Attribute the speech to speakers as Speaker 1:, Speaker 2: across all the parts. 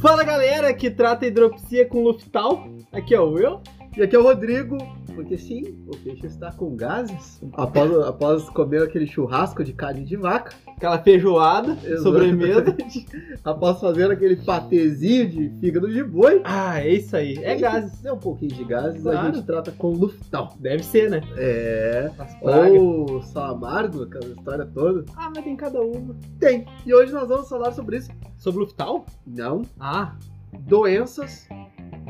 Speaker 1: Fala galera que trata a hidropsia com Luftal. Aqui é o Will.
Speaker 2: E aqui é o Rodrigo, porque sim, o peixe está com gases após, após comer aquele churrasco de carne de vaca,
Speaker 1: Aquela feijoada,
Speaker 2: Exatamente.
Speaker 1: sobremesa.
Speaker 2: após fazer aquele patezinho de fígado de boi.
Speaker 1: Ah, é isso aí. É gases.
Speaker 2: É um pouquinho de gases, a
Speaker 1: Claro.
Speaker 2: gente trata com luftal.
Speaker 1: Deve ser, né?
Speaker 2: É.
Speaker 1: As pragas.
Speaker 2: Ou salamargo, aquela história toda.
Speaker 1: Ah, mas tem cada uma.
Speaker 2: Tem. E hoje nós vamos falar sobre isso.
Speaker 1: Sobre Luftal?
Speaker 2: Não.
Speaker 1: Ah,
Speaker 2: Doenças,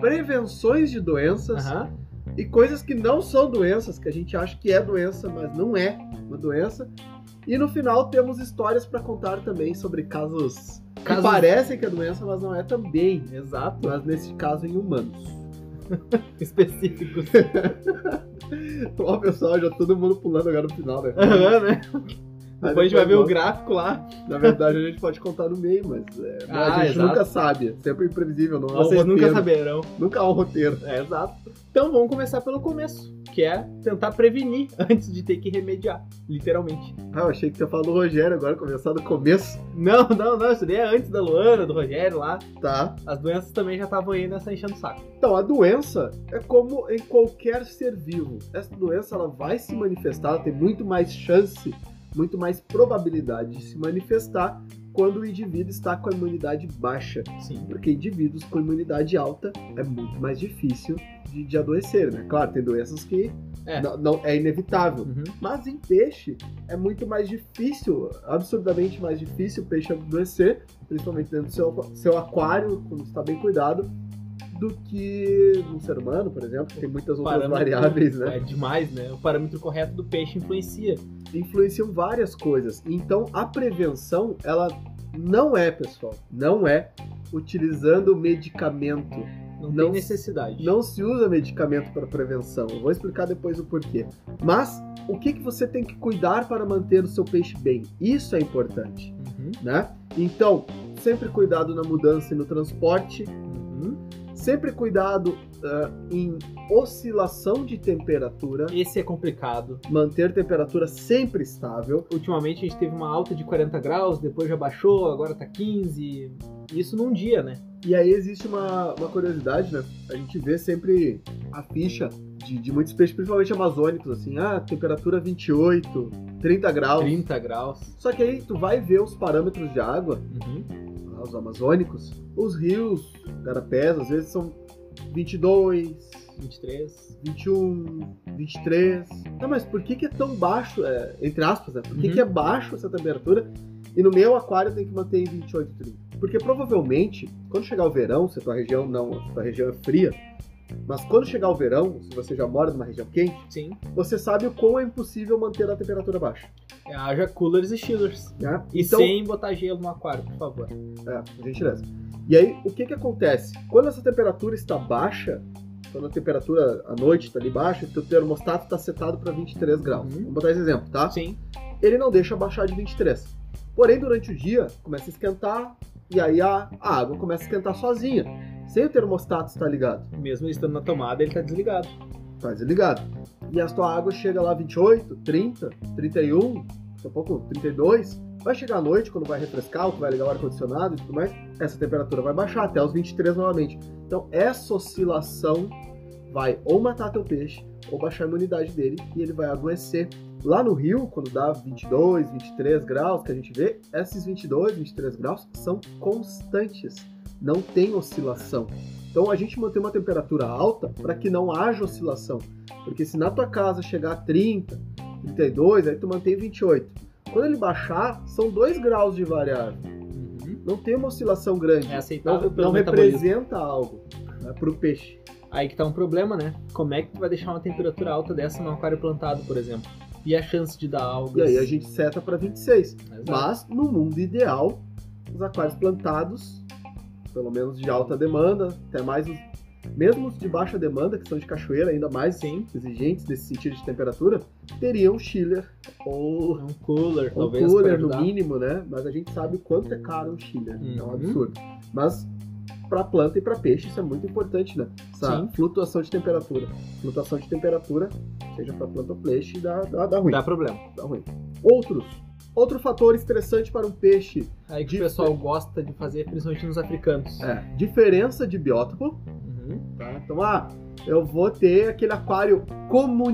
Speaker 2: prevenções de doenças
Speaker 1: aham.
Speaker 2: e coisas que não são doenças, que a gente acha que é doença, mas não é uma doença. E no final temos histórias para contar também sobre casos, que
Speaker 1: Casos-
Speaker 2: parecem que é doença, mas não é também.
Speaker 1: Exato.
Speaker 2: Mas nesse caso em humanos.
Speaker 1: Específicos.
Speaker 2: Ó, pessoal, já todo mundo pulando agora no final, né?
Speaker 1: Aham, né?
Speaker 2: Mas
Speaker 1: Depois a gente vai ver o
Speaker 2: volta.
Speaker 1: gráfico lá.
Speaker 2: Na verdade, a gente pode contar no meio, mas é,
Speaker 1: Ah,
Speaker 2: a gente
Speaker 1: exato.
Speaker 2: nunca sabe. Sempre imprevisível, não há
Speaker 1: Vocês
Speaker 2: um
Speaker 1: nunca
Speaker 2: roteiro.
Speaker 1: saberão.
Speaker 2: Nunca há um roteiro.
Speaker 1: É, exato. Então vamos começar pelo começo, que é tentar prevenir antes de ter que remediar, literalmente.
Speaker 2: Ah, eu achei que você falou do Rogério agora, começar do começo.
Speaker 1: Não, não, não, isso daí é antes da Luana, do Rogério lá.
Speaker 2: Tá.
Speaker 1: As doenças também já estavam aí nessa enchendo o saco.
Speaker 2: Então, a doença é como em qualquer ser vivo. Essa doença ela vai se manifestar, ela tem muito mais chance, muito mais probabilidade de se manifestar quando o indivíduo está com a imunidade baixa.
Speaker 1: Sim.
Speaker 2: Porque indivíduos com imunidade alta é muito mais difícil de, de adoecer, né? Claro, tem doenças que
Speaker 1: É.
Speaker 2: não- não, é inevitável.
Speaker 1: Uhum.
Speaker 2: Mas em peixe é muito mais difícil, absurdamente mais difícil o peixe adoecer, principalmente dentro do seu, seu aquário, quando está bem cuidado, do que num ser humano, por exemplo, que tem muitas outras
Speaker 1: Parâmetro-
Speaker 2: variáveis, né?
Speaker 1: É demais, né? O parâmetro correto do peixe influencia.
Speaker 2: Influenciam várias coisas. Então a prevenção, ela não é, pessoal, não é utilizando medicamento.
Speaker 1: Não,
Speaker 2: Não-
Speaker 1: tem necessidade.
Speaker 2: Não se usa medicamento para prevenção. Eu vou explicar depois o porquê. Mas o que, que você tem que cuidar para manter o seu peixe bem? Isso é importante,
Speaker 1: Uhum.
Speaker 2: né? Então, sempre cuidado na mudança e no transporte,
Speaker 1: Uhum.
Speaker 2: sempre cuidado ah, em oscilação de temperatura,
Speaker 1: Esse é complicado.
Speaker 2: manter temperatura sempre estável.
Speaker 1: Ultimamente a gente teve uma alta de 40 graus, depois já baixou, agora tá 15. Isso num dia, né?
Speaker 2: E aí existe uma, uma curiosidade, né? A gente vê sempre a ficha de, de muitos peixes, principalmente amazônicos, assim, ah, temperatura 28, 30 graus.
Speaker 1: 30 graus.
Speaker 2: Só que aí tu vai ver os parâmetros de água,
Speaker 1: Uhum.
Speaker 2: lá, os amazônicos, os rios, garapés, às vezes são 22,
Speaker 1: 23.
Speaker 2: 21, 23. Não, mas por que, que é tão baixo, é, entre aspas, né? Por que,
Speaker 1: Uhum.
Speaker 2: que é baixo essa temperatura e no meu aquário tem que manter em 28, 30? Porque provavelmente, quando chegar o verão, se a tua região não, se a tua região é fria, mas quando chegar o verão, se você já mora numa região quente,
Speaker 1: Sim.
Speaker 2: você sabe o quão é impossível manter a temperatura baixa.
Speaker 1: É, Haja coolers e chillers.
Speaker 2: Né?
Speaker 1: E sem botar gelo no aquário, por favor.
Speaker 2: É, por gentileza. E aí, o que que acontece? Quando essa temperatura está baixa, quando a temperatura à noite está ali baixa, teu termostato está setado para 23 graus.
Speaker 1: Uhum.
Speaker 2: Vamos botar esse exemplo, tá?
Speaker 1: Sim.
Speaker 2: Ele não deixa baixar de 23. Porém, durante o dia, começa a esquentar e aí a, a água começa a esquentar sozinha, sem o termostato estar ligado.
Speaker 1: Mesmo ele estando na tomada, ele tá desligado.
Speaker 2: Tá desligado. E a tua água chega lá 28, 30, 31, daqui a pouco 32. Vai chegar à noite, quando vai refrescar, ou tu vai ligar o ar-condicionado e tudo mais, essa temperatura vai baixar até os 23 novamente. Então, essa oscilação vai ou matar teu peixe, ou baixar a imunidade dele, e ele vai adoecer. Lá no Rio, quando dá 22, 23 graus, que a gente vê, esses 22, 23 graus são constantes, não tem oscilação. Então a gente mantém uma temperatura alta para que não haja oscilação. Porque se na tua casa chegar a 30, 32, aí tu mantém 28. Quando ele baixar, são 2 graus de variável.
Speaker 1: Uhum.
Speaker 2: Não tem uma oscilação grande.
Speaker 1: É
Speaker 2: Não,
Speaker 1: aceitável pelo
Speaker 2: não
Speaker 1: metabolismo.
Speaker 2: representa algo né, para o peixe.
Speaker 1: Aí que tá um problema, né? Como é que tu vai deixar uma temperatura alta dessa num aquário plantado, por exemplo? E a chance de dar algas?
Speaker 2: E aí a gente seta para 26.
Speaker 1: Exato.
Speaker 2: Mas no mundo ideal, os aquários plantados, pelo menos de alta demanda, até mais os, mesmo os de baixa demanda, que são de cachoeira, ainda mais
Speaker 1: Sim.
Speaker 2: exigentes desse sentido de temperatura, teriam chiller ou
Speaker 1: Um cooler,
Speaker 2: um
Speaker 1: talvez, pra
Speaker 2: cooler no
Speaker 1: ajudar.
Speaker 2: mínimo, né? Mas a gente sabe o quanto é caro um chiller, é um
Speaker 1: Uhum.
Speaker 2: absurdo. Mas para planta e para peixe isso é muito importante, né? Essa
Speaker 1: Sim.
Speaker 2: flutuação de temperatura. Flutuação de temperatura, seja para planta ou peixe, dá, dá, dá ruim.
Speaker 1: Dá problema.
Speaker 2: Tá ruim. Outros, Outro fator estressante para um peixe
Speaker 1: Aí que
Speaker 2: De-
Speaker 1: o pessoal gosta de fazer, principalmente nos africanos.
Speaker 2: é diferença de biótipo.
Speaker 1: Uhum.
Speaker 2: Tá? Então, ah, eu vou ter aquele aquário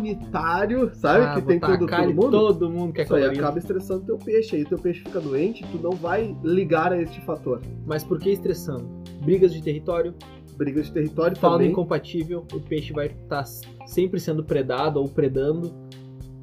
Speaker 2: comunitário, sabe?
Speaker 1: Ah,
Speaker 2: que tem
Speaker 1: botar
Speaker 2: todo,
Speaker 1: a cara
Speaker 2: todo
Speaker 1: em
Speaker 2: mundo.
Speaker 1: Todo mundo que é
Speaker 2: Isso aí
Speaker 1: colorido.
Speaker 2: acaba estressando teu peixe, aí teu peixe fica doente, tu não vai ligar a este fator.
Speaker 1: Mas por que estressando? Brigas de território,
Speaker 2: Brigas de território
Speaker 1: fauna
Speaker 2: também.
Speaker 1: incompatível, o peixe vai estar sempre sendo predado ou predando.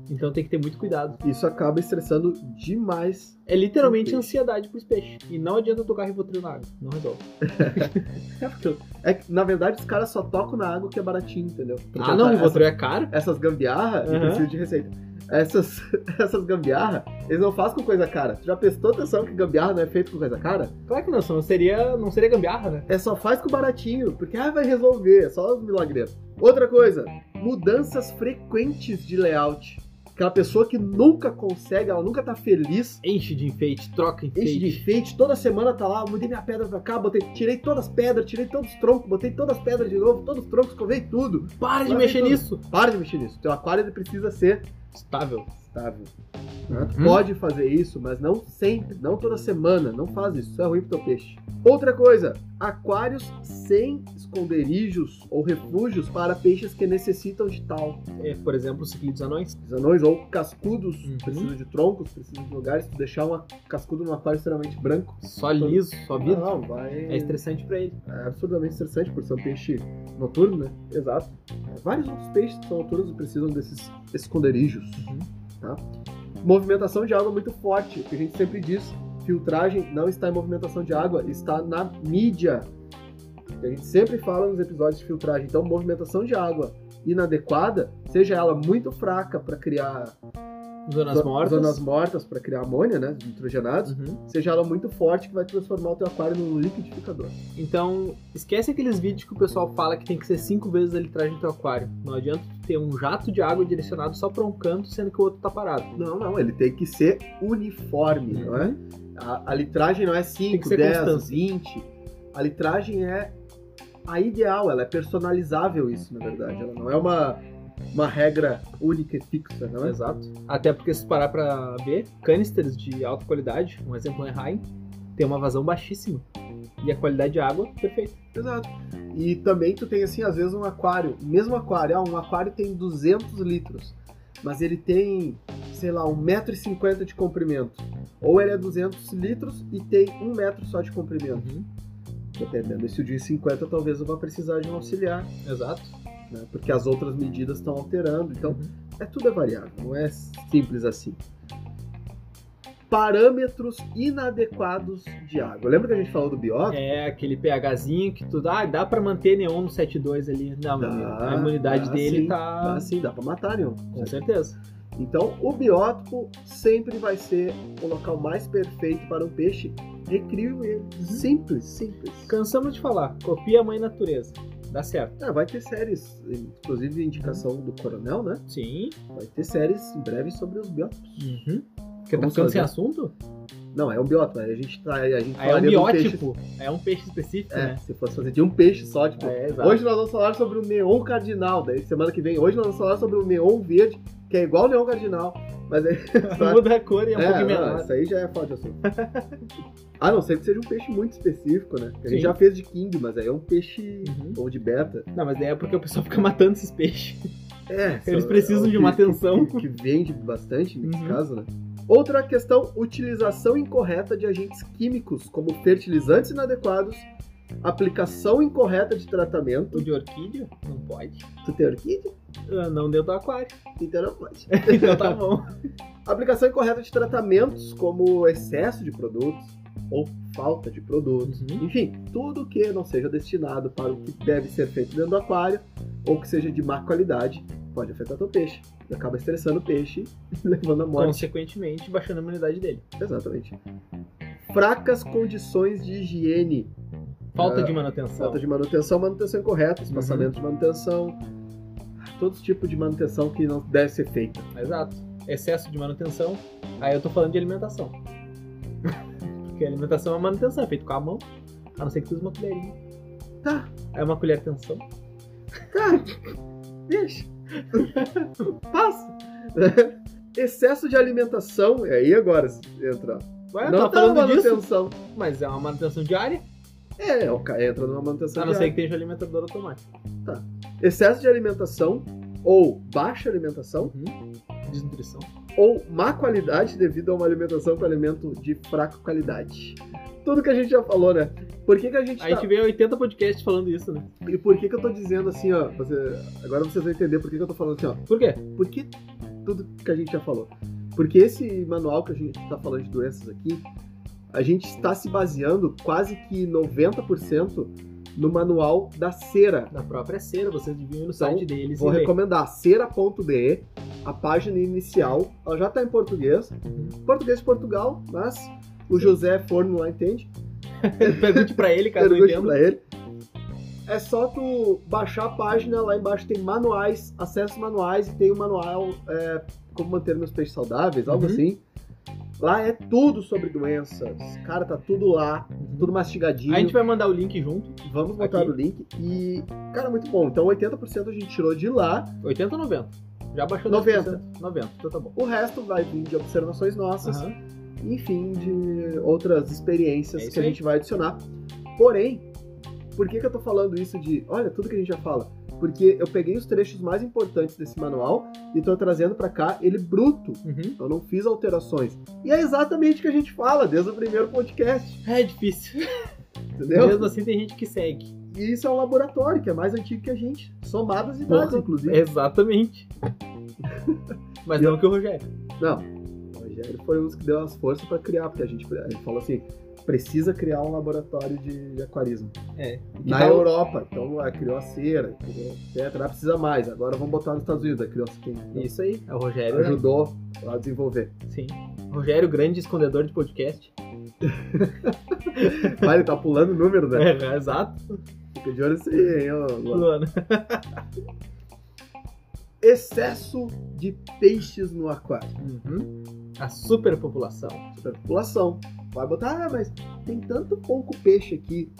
Speaker 1: Então tem que ter muito cuidado.
Speaker 2: Isso acaba estressando demais.
Speaker 1: É literalmente
Speaker 2: Peixe.
Speaker 1: ansiedade pros peixes. E não adianta tocar Rivotril na água. Não resolve. Ah,
Speaker 2: É porque- É que, na verdade, os caras só tocam na água que é baratinho, entendeu? Pra
Speaker 1: Ah,
Speaker 2: tentar
Speaker 1: não,
Speaker 2: essa-
Speaker 1: Rivotril é caro?
Speaker 2: essas gambiarra,
Speaker 1: Aham.
Speaker 2: eu preciso de receita. Essas, essas gambiarra, eles não fazem com coisa cara. Tu já prestou atenção que gambiarra não é feito com coisa cara?
Speaker 1: Claro que não, senão seria, não seria gambiarra, né?
Speaker 2: É só faz com baratinho, porque ah, vai resolver, é só os milagreiros. Outra coisa, mudanças frequentes de layout. Aquela pessoa que nunca consegue, ela nunca tá feliz.
Speaker 1: Enche de enfeite, troca enfeite.
Speaker 2: Enche de enfeite, toda semana tá lá, mudei minha pedra pra cá, botei, tirei todas as pedras, tirei todos os troncos, botei todas as pedras de novo, todos os troncos, covei tudo.
Speaker 1: Para de
Speaker 2: Vai
Speaker 1: mexer
Speaker 2: tudo.
Speaker 1: nisso.
Speaker 2: Para de mexer nisso. Teu aquário ele precisa ser
Speaker 1: Estável.
Speaker 2: estável. né?
Speaker 1: Uhum.
Speaker 2: Pode fazer isso, mas não sempre, não toda semana. Não faz isso, isso é ruim pro teu peixe. Outra coisa, aquários sem esconderijos ou refúgios para peixes que necessitam de tal.
Speaker 1: É, por exemplo, os ciclides anões.
Speaker 2: Os anões ou cascudos,
Speaker 1: Uhum.
Speaker 2: precisam de troncos, precisam de lugares. Se tu deixar um cascudo num aquário extremamente branco,
Speaker 1: Só liso, só vidro.
Speaker 2: Ah, não, vai...
Speaker 1: É estressante pra ele.
Speaker 2: é absurdamente estressante por ser um peixe noturno, né? Exato. Vários outros peixes que são noturnos e precisam desses esconderijos.
Speaker 1: Uhum.
Speaker 2: tá? Movimentação de água é muito forte, que a gente sempre diz, filtragem não está em movimentação de água, está na mídia. Que A gente sempre fala nos episódios de filtragem. Então, movimentação de água inadequada, seja ela muito fraca para criar
Speaker 1: Zonas
Speaker 2: zo-
Speaker 1: mortas.
Speaker 2: zonas mortas para criar amônia, né, nitrogenados,
Speaker 1: Uhum.
Speaker 2: seja ela muito forte que vai transformar o teu aquário num liquidificador.
Speaker 1: Então, esquece aqueles vídeos que o pessoal fala que tem que ser cinco vezes a litragem do teu aquário. Não adianta tu ter um jato de água direcionado só pra um canto, sendo que o outro tá parado.
Speaker 2: Não, não, ele tem que ser uniforme,
Speaker 1: Uhum.
Speaker 2: não é? A, a litragem não é
Speaker 1: Tem que
Speaker 2: 5,
Speaker 1: ser
Speaker 2: 10,
Speaker 1: constante.
Speaker 2: 20. A litragem é a ideal, ela é personalizável isso, na verdade. Ela não é uma, uma regra única e fixa, não é?
Speaker 1: Exato. Até porque se parar pra ver, canisters de alta qualidade, um exemplo é Rhein, tem uma vazão baixíssima. E a qualidade de água, perfeita.
Speaker 2: Exato. E também tu tem, assim, às vezes um aquário, mesmo aquário, ah, um aquário tem 200 litros, mas ele tem, sei lá, 1,50m de comprimento. Ou ele é 200 litros e tem 1 metro só de comprimento. Dependendo, e se o dia 50 talvez eu vá precisar de um auxiliar,
Speaker 1: Exato.
Speaker 2: né? porque as outras medidas estão alterando. Então, é tudo é variável,
Speaker 1: Uhum.
Speaker 2: não é simples assim. Parâmetros inadequados de água. Lembra que a gente falou do biótipo?
Speaker 1: É aquele pHzinho que tu dá, ah, dá pra manter neon no 7.2 ali. Não, meu amigo, a imunidade
Speaker 2: dá
Speaker 1: dele
Speaker 2: sim,
Speaker 1: tá.
Speaker 2: Dá Ah, sim, dá pra matar, né?
Speaker 1: Com certeza.
Speaker 2: Então, o biótipo sempre vai ser o local mais perfeito para um peixe. Recrio ele. Simples, simples.
Speaker 1: Cansamos de falar, copia a mãe natureza. Dá certo.
Speaker 2: Ah, vai ter séries, inclusive indicação do Coronel, né?
Speaker 1: Sim.
Speaker 2: Vai ter séries em breve sobre os biótipos.
Speaker 1: Uhum. Porque tá
Speaker 2: Vamos
Speaker 1: ficando sem
Speaker 2: fazer.
Speaker 1: assunto?
Speaker 2: Não, é um biótipo, aí a gente tá. A gente
Speaker 1: Aí é um
Speaker 2: falaria do peixe-
Speaker 1: biótipo. É um peixe específico,
Speaker 2: É,
Speaker 1: né?
Speaker 2: se fosse fazer de um peixe só, tipo.
Speaker 1: É, exato.
Speaker 2: hoje nós vamos falar sobre o neon cardinal, daí semana que vem, hoje nós vamos falar sobre o neon verde, que é igual o neon cardinal, mas aí.
Speaker 1: muda a cor e é um pouquinho
Speaker 2: não,
Speaker 1: menor.
Speaker 2: isso aí já é foda de assunto. a não ser que seja um peixe muito específico, né? Que a gente
Speaker 1: Sim.
Speaker 2: já fez de king, mas aí é um peixe.
Speaker 1: Uhum.
Speaker 2: ou de beta.
Speaker 1: Não, mas daí é porque o pessoal fica matando esses peixes.
Speaker 2: É,
Speaker 1: Eles
Speaker 2: são-
Speaker 1: precisam
Speaker 2: é um
Speaker 1: de uma
Speaker 2: que-
Speaker 1: atenção.
Speaker 2: Que, que vende bastante nesse
Speaker 1: Uhum.
Speaker 2: caso, né? Outra questão: utilização incorreta de agentes químicos, como fertilizantes inadequados, aplicação incorreta de
Speaker 1: O
Speaker 2: tratamento.
Speaker 1: de orquídea? Não pode.
Speaker 2: Tu tem orquídea?
Speaker 1: Ah, Não deu do aquário.
Speaker 2: Então não pode.
Speaker 1: Então tá bom.
Speaker 2: aplicação incorreta de tratamentos, como excesso de produtos ou falta de produtos.
Speaker 1: Uhum.
Speaker 2: Enfim, tudo que não seja destinado para o que deve ser feito dentro do aquário ou que seja de má qualidade pode afetar teu peixe. E acaba estressando o peixe, levando à morte.
Speaker 1: Consequentemente, baixando a imunidade dele.
Speaker 2: Exatamente. Fracas condições de higiene.
Speaker 1: Ah, Falta
Speaker 2: É,
Speaker 1: de manutenção.
Speaker 2: Falta de manutenção, manutenção incorreta, espaçamento
Speaker 1: Uhum.
Speaker 2: de manutenção. Todo tipo de manutenção que não deve ser feita.
Speaker 1: Exato. Excesso de manutenção. Aí eu tô falando de alimentação. Porque alimentação é manutenção, é feito com a mão. A não ser que tu use uma colherinha.
Speaker 2: Tá.
Speaker 1: É uma colher tensão.
Speaker 2: Cara, deixa. Passa. Excesso de alimentação. É aí agora entra.
Speaker 1: Ué, tá
Speaker 2: não tá na
Speaker 1: falando disso?
Speaker 2: manutenção.
Speaker 1: Mas é uma manutenção diária,
Speaker 2: É, o cara entra numa manutenção.
Speaker 1: a Ah, não
Speaker 2: diária.
Speaker 1: ser que esteja alimentador automático.
Speaker 2: Excesso de alimentação ou baixa alimentação
Speaker 1: Desnutrição.
Speaker 2: ou má qualidade devido a uma alimentação com alimento de fraca qualidade. Tudo que a gente já falou, né? Por que, que a gente
Speaker 1: Aí
Speaker 2: tá...
Speaker 1: a gente vê 80 podcasts falando isso, né?
Speaker 2: E por que, que eu tô dizendo assim, ó? você- Agora vocês vão entender por que, que eu tô falando assim, ó.
Speaker 1: Por quê?
Speaker 2: Por que tudo que a gente já falou? Porque esse manual que a gente está falando de doenças aqui, a gente está se baseando quase que 90% no manual da cera.
Speaker 1: Na própria cera, vocês deviam ir no site deles
Speaker 2: Vou
Speaker 1: e ler.
Speaker 2: recomendar cera.de, a página inicial, ela já está em português, português de Portugal, mas o José Forno lá entende,
Speaker 1: Pergunte pra ele, caso não
Speaker 2: pergunte
Speaker 1: entenda.
Speaker 2: para ele. É só tu baixar a página, lá embaixo tem manuais, acesso manuais e tem o manual é, como manter meus peixes saudáveis, algo
Speaker 1: Uhum.
Speaker 2: assim. Lá é tudo sobre doenças. Cara, tá tudo lá, tudo mastigadinho.
Speaker 1: Uhum. A gente vai mandar o link junto.
Speaker 2: Vamos botar
Speaker 1: aqui.
Speaker 2: o link. E, cara, muito bom. Então 80% a gente tirou de lá.
Speaker 1: 80 ou 90? Já baixou
Speaker 2: 90.
Speaker 1: 10%? 90, então tá bom.
Speaker 2: O resto vai vir de observações nossas,
Speaker 1: Aham.
Speaker 2: enfim, de outras experiências
Speaker 1: É isso
Speaker 2: que a
Speaker 1: aí.
Speaker 2: gente vai adicionar. Porém, por que, que eu tô falando isso de, olha, tudo que a gente já fala? Porque eu peguei os trechos mais importantes desse manual e tô trazendo pra cá ele bruto.
Speaker 1: Uhum.
Speaker 2: Eu não fiz alterações. E é exatamente o que a gente fala desde o primeiro podcast,
Speaker 1: É difícil.
Speaker 2: entendeu?
Speaker 1: Mesmo assim, tem gente que segue.
Speaker 2: E isso é um laboratório que é mais antigo que a gente, somadas idades,
Speaker 1: Porra.
Speaker 2: inclusive.
Speaker 1: Exatamente. Mas não que o Rogério.
Speaker 2: Não, o Rogério foi um dos que deu as forças pra criar, porque a gente a gente falou assim, precisa criar um laboratório de, de aquarismo.
Speaker 1: É.
Speaker 2: Na
Speaker 1: tal-
Speaker 2: Europa, então ah, criou a cera, criou, etc. Ah, precisa mais, agora vamos botar nos Estados Unidos, a criou quem
Speaker 1: Isso aí. É o Rogério. né?
Speaker 2: ajudou a desenvolver.
Speaker 1: Sim. Rogério, grande escondedor de podcast.
Speaker 2: Mas ele tá pulando o número, né?
Speaker 1: É, exato. É.
Speaker 2: Fica de olho nisso aí, hein, ô, Luan.
Speaker 1: Luana.
Speaker 2: Excesso de peixes no aquário.
Speaker 1: Uhum. A superpopulação.
Speaker 2: Superpopulação. Vai botar, ah, mas tem tanto pouco peixe aqui.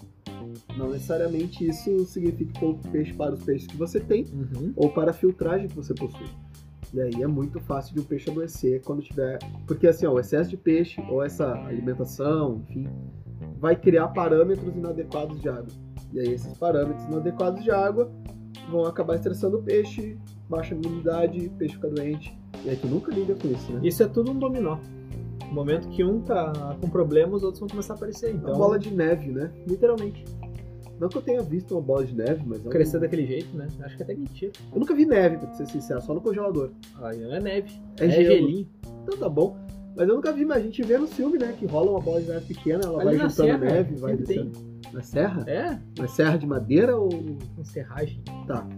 Speaker 2: Não necessariamente isso significa pouco peixe para os peixes que você tem,
Speaker 1: Uhum.
Speaker 2: ou para a filtragem que você possui. E aí é muito fácil de um peixe adoecer quando tiver. Porque assim, ó, o excesso de peixe, ou essa alimentação, enfim, vai criar parâmetros inadequados de água. E aí esses parâmetros inadequados de água vão acabar estressando o peixe, baixa a imunidade, o peixe fica doente. E aí tu nunca lida com isso, né?
Speaker 1: Isso é tudo um dominó. No momento que um tá com problema, os outros vão começar a aparecer.
Speaker 2: É uma
Speaker 1: Então,
Speaker 2: bola de neve, né?
Speaker 1: literalmente.
Speaker 2: Não que eu tenha visto uma bola de neve, mas é um-
Speaker 1: Crescer daquele jeito, né? Acho que até mentira.
Speaker 2: Eu nunca vi neve, pra ser sincero, só no congelador.
Speaker 1: Aí não é neve.
Speaker 2: É,
Speaker 1: é
Speaker 2: gelo.
Speaker 1: gelinho.
Speaker 2: Então tá bom. Mas eu nunca vi, mas a gente vê no filme, né? Que rola uma bola de neve pequena, ela
Speaker 1: Ali
Speaker 2: vai
Speaker 1: na
Speaker 2: juntando
Speaker 1: serra,
Speaker 2: neve, vai
Speaker 1: sempre tem.
Speaker 2: descendo. Na serra?
Speaker 1: É,
Speaker 2: Na serra de madeira ou.
Speaker 1: com serragem.
Speaker 2: Uhum.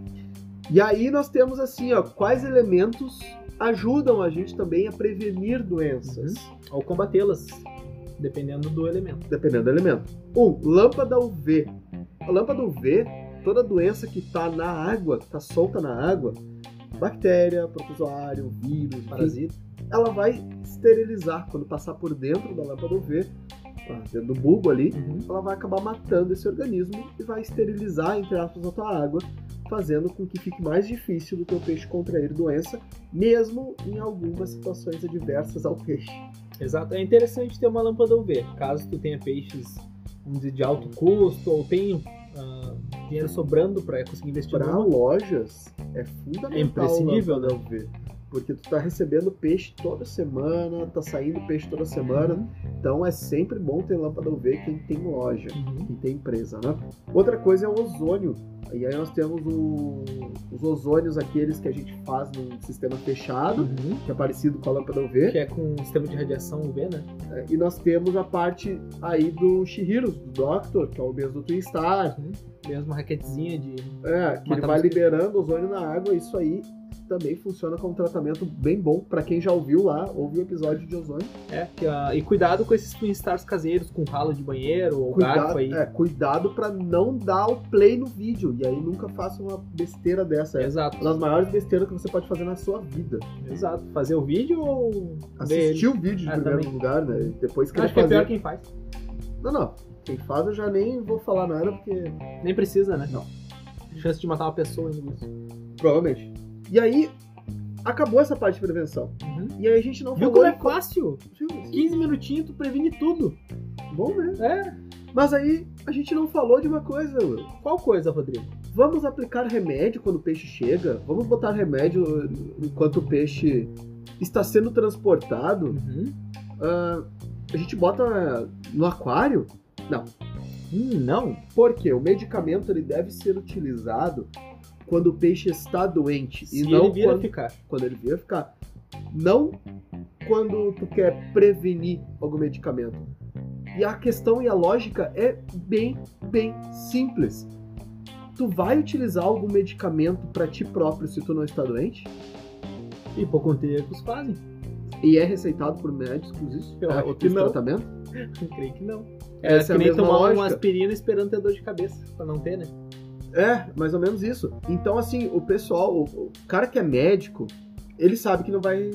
Speaker 2: E aí nós temos assim, ó, quais elementos ajudam a gente também a prevenir doenças,
Speaker 1: Ou combatê-las, dependendo do elemento.
Speaker 2: dependendo do elemento. Um, lâmpada UV. A lâmpada UV, toda doença que tá na água, que tá solta na água, bactéria, protozoário, vírus, parasita.
Speaker 1: Parasita.
Speaker 2: ela vai esterilizar quando passar por dentro da lâmpada UV, tá, dentro do bulbo ali,
Speaker 1: Uhum.
Speaker 2: ela vai acabar matando esse organismo e vai esterilizar, entre aspas, a tua água, fazendo com que fique mais difícil do teu peixe contrair doença, mesmo em algumas situações adversas ao peixe.
Speaker 1: Exato. É interessante ter uma lâmpada UV. Caso tu tenha peixes vamos dizer, de alto custo ou tenha ah, dinheiro sobrando para conseguir investir
Speaker 2: Para
Speaker 1: numa.
Speaker 2: lojas, é fundamental
Speaker 1: É imprescindível,
Speaker 2: não ver. Porque tu tá recebendo peixe toda semana, tá saindo peixe toda semana, então é sempre bom ter lâmpada UV quem tem loja.
Speaker 1: Uhum.
Speaker 2: que tem empresa, né? Outra coisa é o ozônio. E aí nós temos o- os ozônios, aqueles que a gente faz num sistema fechado,
Speaker 1: Uhum.
Speaker 2: que é parecido com a lâmpada UV.
Speaker 1: que é com o sistema de radiação UV, né?
Speaker 2: É, E nós temos a parte aí do Shihiros, do Doctor, que é o mesmo do Twin Star,
Speaker 1: Mesmo uma raquetezinha de.
Speaker 2: é, que ele
Speaker 1: Mata
Speaker 2: vai
Speaker 1: mosquito.
Speaker 2: liberando ozônio na água. Isso aí também funciona como um tratamento bem bom para quem já ouviu lá, ouve o episódio de ozônio.
Speaker 1: É, que, ah, e cuidado com esses twin stars caseiros, com ralo de banheiro ou garfo
Speaker 2: Cuidado,
Speaker 1: aí.
Speaker 2: é, cuidado para não dar o play no vídeo. E aí nunca faça uma besteira dessa. É
Speaker 1: Exato.
Speaker 2: Uma das maiores besteiras que você pode fazer na sua vida.
Speaker 1: Exato. Fazer o vídeo ou. ver ele?
Speaker 2: Assistir o vídeo em
Speaker 1: Ah,
Speaker 2: primeiro
Speaker 1: também.
Speaker 2: lugar, né? E depois querer
Speaker 1: Acho que é
Speaker 2: fazer.
Speaker 1: pior quem faz.
Speaker 2: Não, não. Quem faz eu já nem vou falar nada, porque.
Speaker 1: Nem precisa, né?
Speaker 2: Não.
Speaker 1: Chance de matar uma pessoa ainda nisso.
Speaker 2: Provavelmente. E aí, Acabou essa parte de prevenção.
Speaker 1: Uhum.
Speaker 2: E aí a gente não
Speaker 1: Viu
Speaker 2: falou
Speaker 1: como é
Speaker 2: em co-
Speaker 1: fácil?
Speaker 2: Viu?
Speaker 1: 15 minutinhos tu previne tudo.
Speaker 2: Bom, né?
Speaker 1: É.
Speaker 2: Mas aí a gente não falou de uma coisa, Will.
Speaker 1: Qual coisa, Rodrigo?
Speaker 2: Vamos aplicar remédio quando o peixe chega? Vamos botar remédio enquanto o peixe está sendo transportado?
Speaker 1: Uhum.
Speaker 2: Ah, a gente bota no aquário?
Speaker 1: Hum, Não.
Speaker 2: Porque o medicamento ele deve ser utilizado quando o peixe está doente
Speaker 1: Se
Speaker 2: e não
Speaker 1: ele vira
Speaker 2: quando,
Speaker 1: ficar.
Speaker 2: quando ele vier ficar. Não quando tu quer prevenir algum medicamento. E a questão e a lógica é bem, bem simples. Tu vai utilizar algum medicamento para ti próprio se tu não está doente?
Speaker 1: Hipocondríacos fazem.
Speaker 2: E é receitado por médicos isso?
Speaker 1: Eu
Speaker 2: é
Speaker 1: acho
Speaker 2: outro
Speaker 1: que não.
Speaker 2: tratamento?
Speaker 1: Creio que não. É,
Speaker 2: Essa
Speaker 1: que
Speaker 2: é a
Speaker 1: nem
Speaker 2: mesma
Speaker 1: tomar
Speaker 2: lógica.
Speaker 1: uma aspirina esperando ter dor de cabeça. Pra não ter, né?
Speaker 2: É, mais ou menos isso. Então, assim, o pessoal, o, o cara que é médico, ele sabe que não vai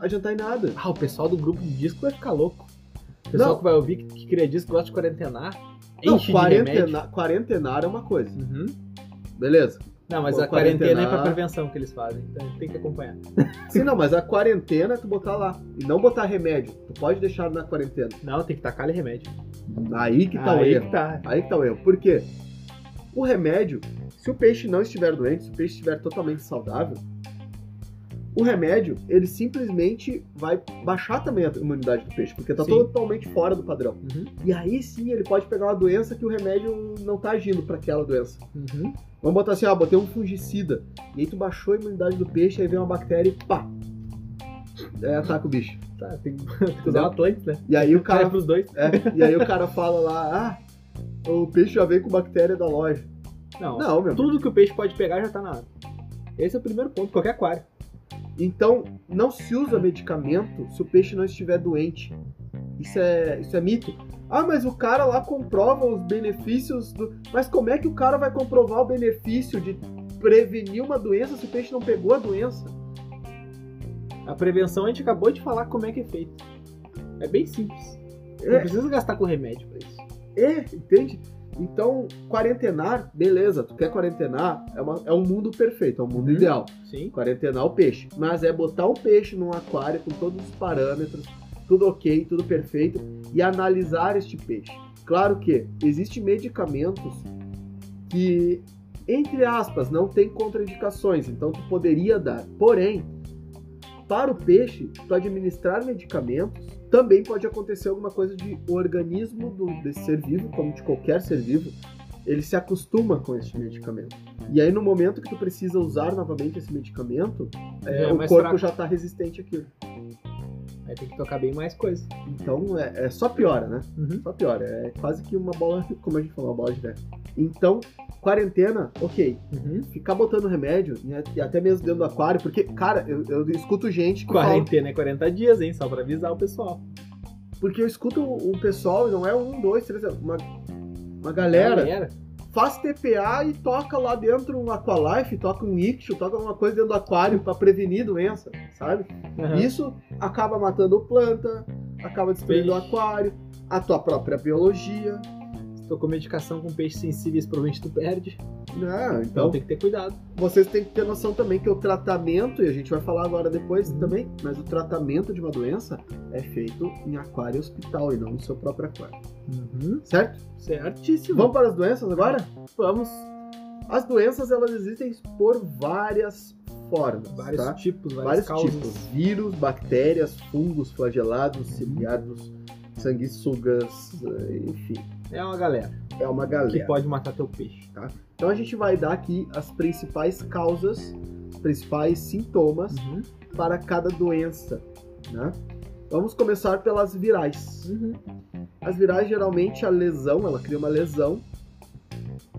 Speaker 2: adiantar em nada.
Speaker 1: Ah, o pessoal do grupo de disco vai ficar louco. O pessoal
Speaker 2: Não.
Speaker 1: que vai ouvir que, que cria disco gosta de quarentenar.
Speaker 2: Não,
Speaker 1: enche de remédio.
Speaker 2: quarentena, quarentenar é uma coisa.
Speaker 1: Uhum.
Speaker 2: Beleza.
Speaker 1: Não, mas
Speaker 2: Pô,
Speaker 1: a quarentena é pra
Speaker 2: quarentenar.
Speaker 1: prevenção que eles fazem. Então tem que acompanhar.
Speaker 2: Sim, não, mas a quarentena é tu botar lá. E não botar remédio. Tu pode deixar na quarentena.
Speaker 1: Não, tem que tacar ali remédio.
Speaker 2: Aí que tá o
Speaker 1: Aí
Speaker 2: erro.
Speaker 1: que tá.
Speaker 2: Aí que tá o erro. Por quê? O remédio, se o peixe não estiver doente, se o peixe estiver totalmente saudável, o remédio, ele simplesmente vai baixar também a imunidade do peixe, porque tá
Speaker 1: Sim.
Speaker 2: totalmente fora do padrão.
Speaker 1: Uhum.
Speaker 2: E aí sim ele pode pegar uma doença que o remédio não tá agindo para aquela doença.
Speaker 1: Uhum.
Speaker 2: Vamos botar assim, ah, botei um fungicida, e aí tu baixou a imunidade do peixe, aí vem uma bactéria e pá! Aí ataca o bicho.
Speaker 1: Tá, tem que tem que usar o Atlante, né?
Speaker 2: E aí o
Speaker 1: Cara,
Speaker 2: cara
Speaker 1: pros dois.
Speaker 2: É, e aí o cara fala lá, ah, o peixe já vem com bactéria da loja.
Speaker 1: Não,
Speaker 2: Não, meu.
Speaker 1: Tudo que o peixe pode pegar já tá na água. Esse é o primeiro ponto, qualquer aquário.
Speaker 2: Então, não se usa medicamento se o peixe não estiver doente. Isso é, isso é mito. Ah, mas o cara lá comprova os benefícios do. Mas como é que o cara vai comprovar o benefício de prevenir uma doença se o peixe não pegou a doença?
Speaker 1: A prevenção a gente acabou de falar como é que é feito. É bem simples. Não
Speaker 2: É,
Speaker 1: precisa gastar com remédio pra isso.
Speaker 2: é entende? Então, quarentenar, beleza, tu quer quarentenar, é, uma- é um mundo perfeito, é um mundo
Speaker 1: Uhum.
Speaker 2: ideal.
Speaker 1: Sim.
Speaker 2: quarentenar o peixe. Mas é botar o peixe num aquário com todos os parâmetros, tudo ok, tudo perfeito, e analisar este peixe. Claro que existem medicamentos que, entre aspas, não tem contraindicações, então tu poderia dar. Porém, para o peixe, tu administrar medicamentos, também pode acontecer alguma coisa de o organismo do, desse ser vivo, como de qualquer ser vivo, ele se acostuma com este medicamento. E aí, no momento que tu precisa usar novamente esse medicamento, é,
Speaker 1: Já é
Speaker 2: o
Speaker 1: mais
Speaker 2: corpo
Speaker 1: fraco.
Speaker 2: já está resistente àquilo.
Speaker 1: Aí tem que tocar bem mais coisa.
Speaker 2: Então, é, é só piora, né?
Speaker 1: Uhum.
Speaker 2: Só piora. É quase que uma bola, como a gente falou, uma bola de neve. Então, quarentena, ok.
Speaker 1: Uhum.
Speaker 2: Ficar botando remédio, e a- e até mesmo dentro do aquário, porque, cara, eu, eu escuto gente que fala-
Speaker 1: Quarentena é 40 dias, hein? Só pra avisar o pessoal.
Speaker 2: Porque eu escuto o o pessoal, e não é um, dois, três, é uma, uma galera.
Speaker 1: Galera,
Speaker 2: Faz TPA e toca lá dentro um Aqualife, toca um Ictio, toca alguma coisa dentro do aquário pra prevenir doença, sabe?
Speaker 1: Aham.
Speaker 2: Isso acaba matando planta, acaba destruindo o
Speaker 1: Peixe.
Speaker 2: aquário, a tua própria biologia,
Speaker 1: se tocou medicação com peixes sensíveis, provavelmente tu perde.
Speaker 2: né?
Speaker 1: Então
Speaker 2: Então,
Speaker 1: tem que ter cuidado.
Speaker 2: vocês têm que ter noção também que o tratamento, e a gente vai falar agora depois
Speaker 1: Uhum.
Speaker 2: também, mas o tratamento de uma doença é feito em aquário hospital e não no seu próprio aquário,
Speaker 1: Uhum.
Speaker 2: certo?
Speaker 1: Certíssimo.
Speaker 2: Vamos para as doenças agora?
Speaker 1: Vamos.
Speaker 2: As doenças elas existem por várias formas,
Speaker 1: Vários
Speaker 2: tá?
Speaker 1: tipos, várias
Speaker 2: vários
Speaker 1: causas.
Speaker 2: tipos: vírus, bactérias, fungos, flagelados, ciliados, sanguessugas, eh, enfim,
Speaker 1: É uma galera
Speaker 2: é uma
Speaker 1: que
Speaker 2: galera.
Speaker 1: pode matar teu peixe.
Speaker 2: Então a gente vai dar aqui as principais causas, os principais sintomas
Speaker 1: Uhum.
Speaker 2: para cada doença, né? Vamos começar pelas virais.
Speaker 1: Uhum.
Speaker 2: As virais geralmente a lesão, ela cria uma lesão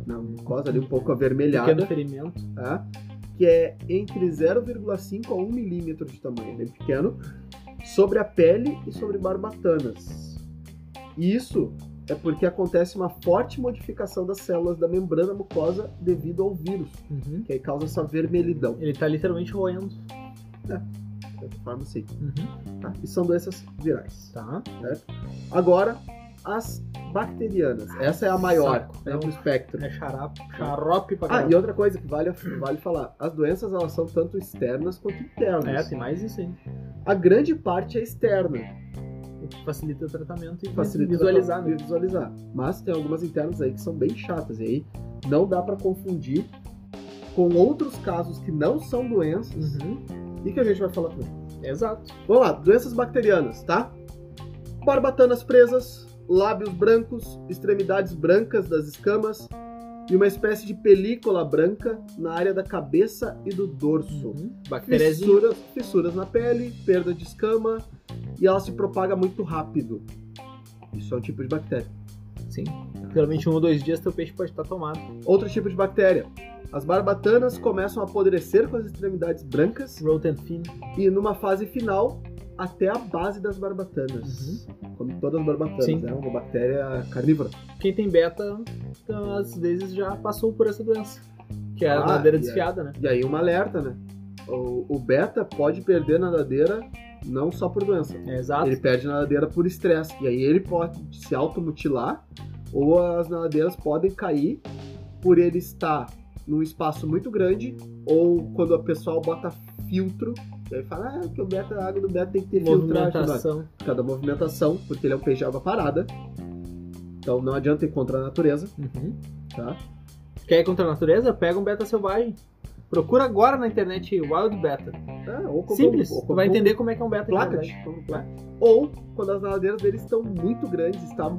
Speaker 2: na mucosa ali um pouco avermelhada.
Speaker 1: Pequeno ferimento.
Speaker 2: tá? que é entre 0,5 a 1 milímetro de tamanho, bem pequeno, sobre a pele e sobre barbatanas. E isso é porque acontece uma forte modificação das células da membrana mucosa devido ao vírus,
Speaker 1: Uhum.
Speaker 2: que aí causa essa vermelhidão.
Speaker 1: Ele tá literalmente roendo.
Speaker 2: Uhum. De certa forma, assim, tá? E são doenças virais.
Speaker 1: Tá.
Speaker 2: Agora, as bacterianas. Essa é a maior,
Speaker 1: Saco.
Speaker 2: é né, pro espectro.
Speaker 1: É xarape, xarope pra
Speaker 2: Ah,
Speaker 1: caralho.
Speaker 2: e outra coisa que vale, vale falar, as doenças elas são tanto externas quanto
Speaker 1: É,
Speaker 2: internas.
Speaker 1: tem mais isso ainda.
Speaker 2: A grande parte é externa,
Speaker 1: O que Facilita o tratamento e
Speaker 2: facilita
Speaker 1: visualizar, né?
Speaker 2: visualizar. Mas tem algumas internas aí que são bem chatas e aí não dá pra confundir com outros casos que não são doenças
Speaker 1: Uhum.
Speaker 2: e que a gente vai falar também.
Speaker 1: Exato.
Speaker 2: Vamos lá, doenças bacterianas, tá? Barbatanas presas, lábios brancos, extremidades brancas das escamas e uma espécie de película branca na área da cabeça e do dorso.
Speaker 1: Uhum. Bactériazinha.
Speaker 2: Fissuras, fissuras na pele, perda de escama e ela se propaga muito rápido. Isso é um tipo de bactéria.
Speaker 1: Sim.
Speaker 2: Tá.
Speaker 1: Geralmente um ou dois dias teu peixe pode estar tomado.
Speaker 2: Outro tipo de bactéria. As barbatanas começam a apodrecer com as extremidades brancas
Speaker 1: Rotten fin.
Speaker 2: e numa fase final até a base das barbatanas. Como todas as barbatanas,
Speaker 1: Sim.
Speaker 2: é uma bactéria carnívora.
Speaker 1: Quem tem beta, então, às vezes já passou por essa doença. Que é a
Speaker 2: Ah,
Speaker 1: madeira
Speaker 2: e
Speaker 1: desfiada, né?
Speaker 2: E aí um alerta, né? O, o beta pode perder na nadadeira não só por doença.
Speaker 1: É, exato.
Speaker 2: Ele perde na nadadeira por estresse. E aí ele pode se automutilar ou as nadadeiras podem cair por ele estar num espaço muito grande ou quando o pessoal bota filtro e aí fala ah, que o beta, a água do beta tem que ter filtragem
Speaker 1: Movimentação.
Speaker 2: por causa da movimentação, porque ele é um peixe de água parada. Então não adianta ir contra a natureza,
Speaker 1: Uhum.
Speaker 2: tá?
Speaker 1: Quer ir contra a natureza? Pega um beta selvagem. Procura agora na internet Wild Beta.
Speaker 2: É, ou como-
Speaker 1: Simples.
Speaker 2: ou
Speaker 1: Tu
Speaker 2: como-
Speaker 1: vai entender como é que é um beta. de
Speaker 2: placas.
Speaker 1: verdade.
Speaker 2: como placa. Ou quando as nadadeiras deles estão muito grandes, está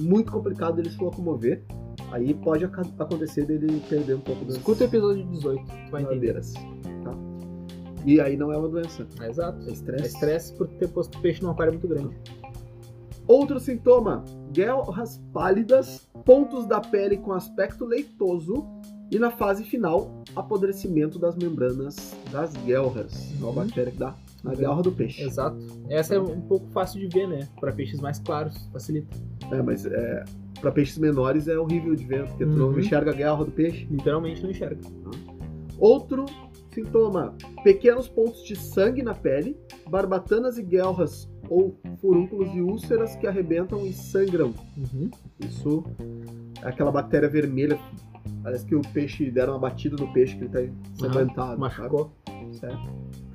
Speaker 2: muito complicado eles se locomover, aí pode aca- acontecer dele perder um pouco das
Speaker 1: Escuta o episódio 18. Tu vai entender.
Speaker 2: nadadeiras. Tá? E aí não é uma doença,
Speaker 1: É, Exato.
Speaker 2: é
Speaker 1: É
Speaker 2: estresse.
Speaker 1: estresse por ter posto peixe num aquário muito grande.
Speaker 2: Outro sintoma: guelras pálidas, pontos da pele com aspecto leitoso e na fase final, apodrecimento das membranas das guelras. É uma
Speaker 1: Uhum.
Speaker 2: bactéria que dá na
Speaker 1: Uhum.
Speaker 2: guelra do peixe.
Speaker 1: Exato. Essa é um pouco fácil de ver, né? Pra peixes mais claros, facilita.
Speaker 2: É, mas é, para peixes menores é horrível de ver, porque tu não
Speaker 1: Uhum.
Speaker 2: enxerga a guerra do peixe.
Speaker 1: Literalmente não enxerga.
Speaker 2: Outro sintoma: pequenos pontos de sangue na pele, barbatanas e guelras ou furúnculos e úlceras que arrebentam e sangram.
Speaker 1: Uhum.
Speaker 2: Isso é aquela bactéria vermelha. Parece que o peixe deram uma batida no peixe que ele tá ensanguentado. sabe?
Speaker 1: Machucou.
Speaker 2: Isso é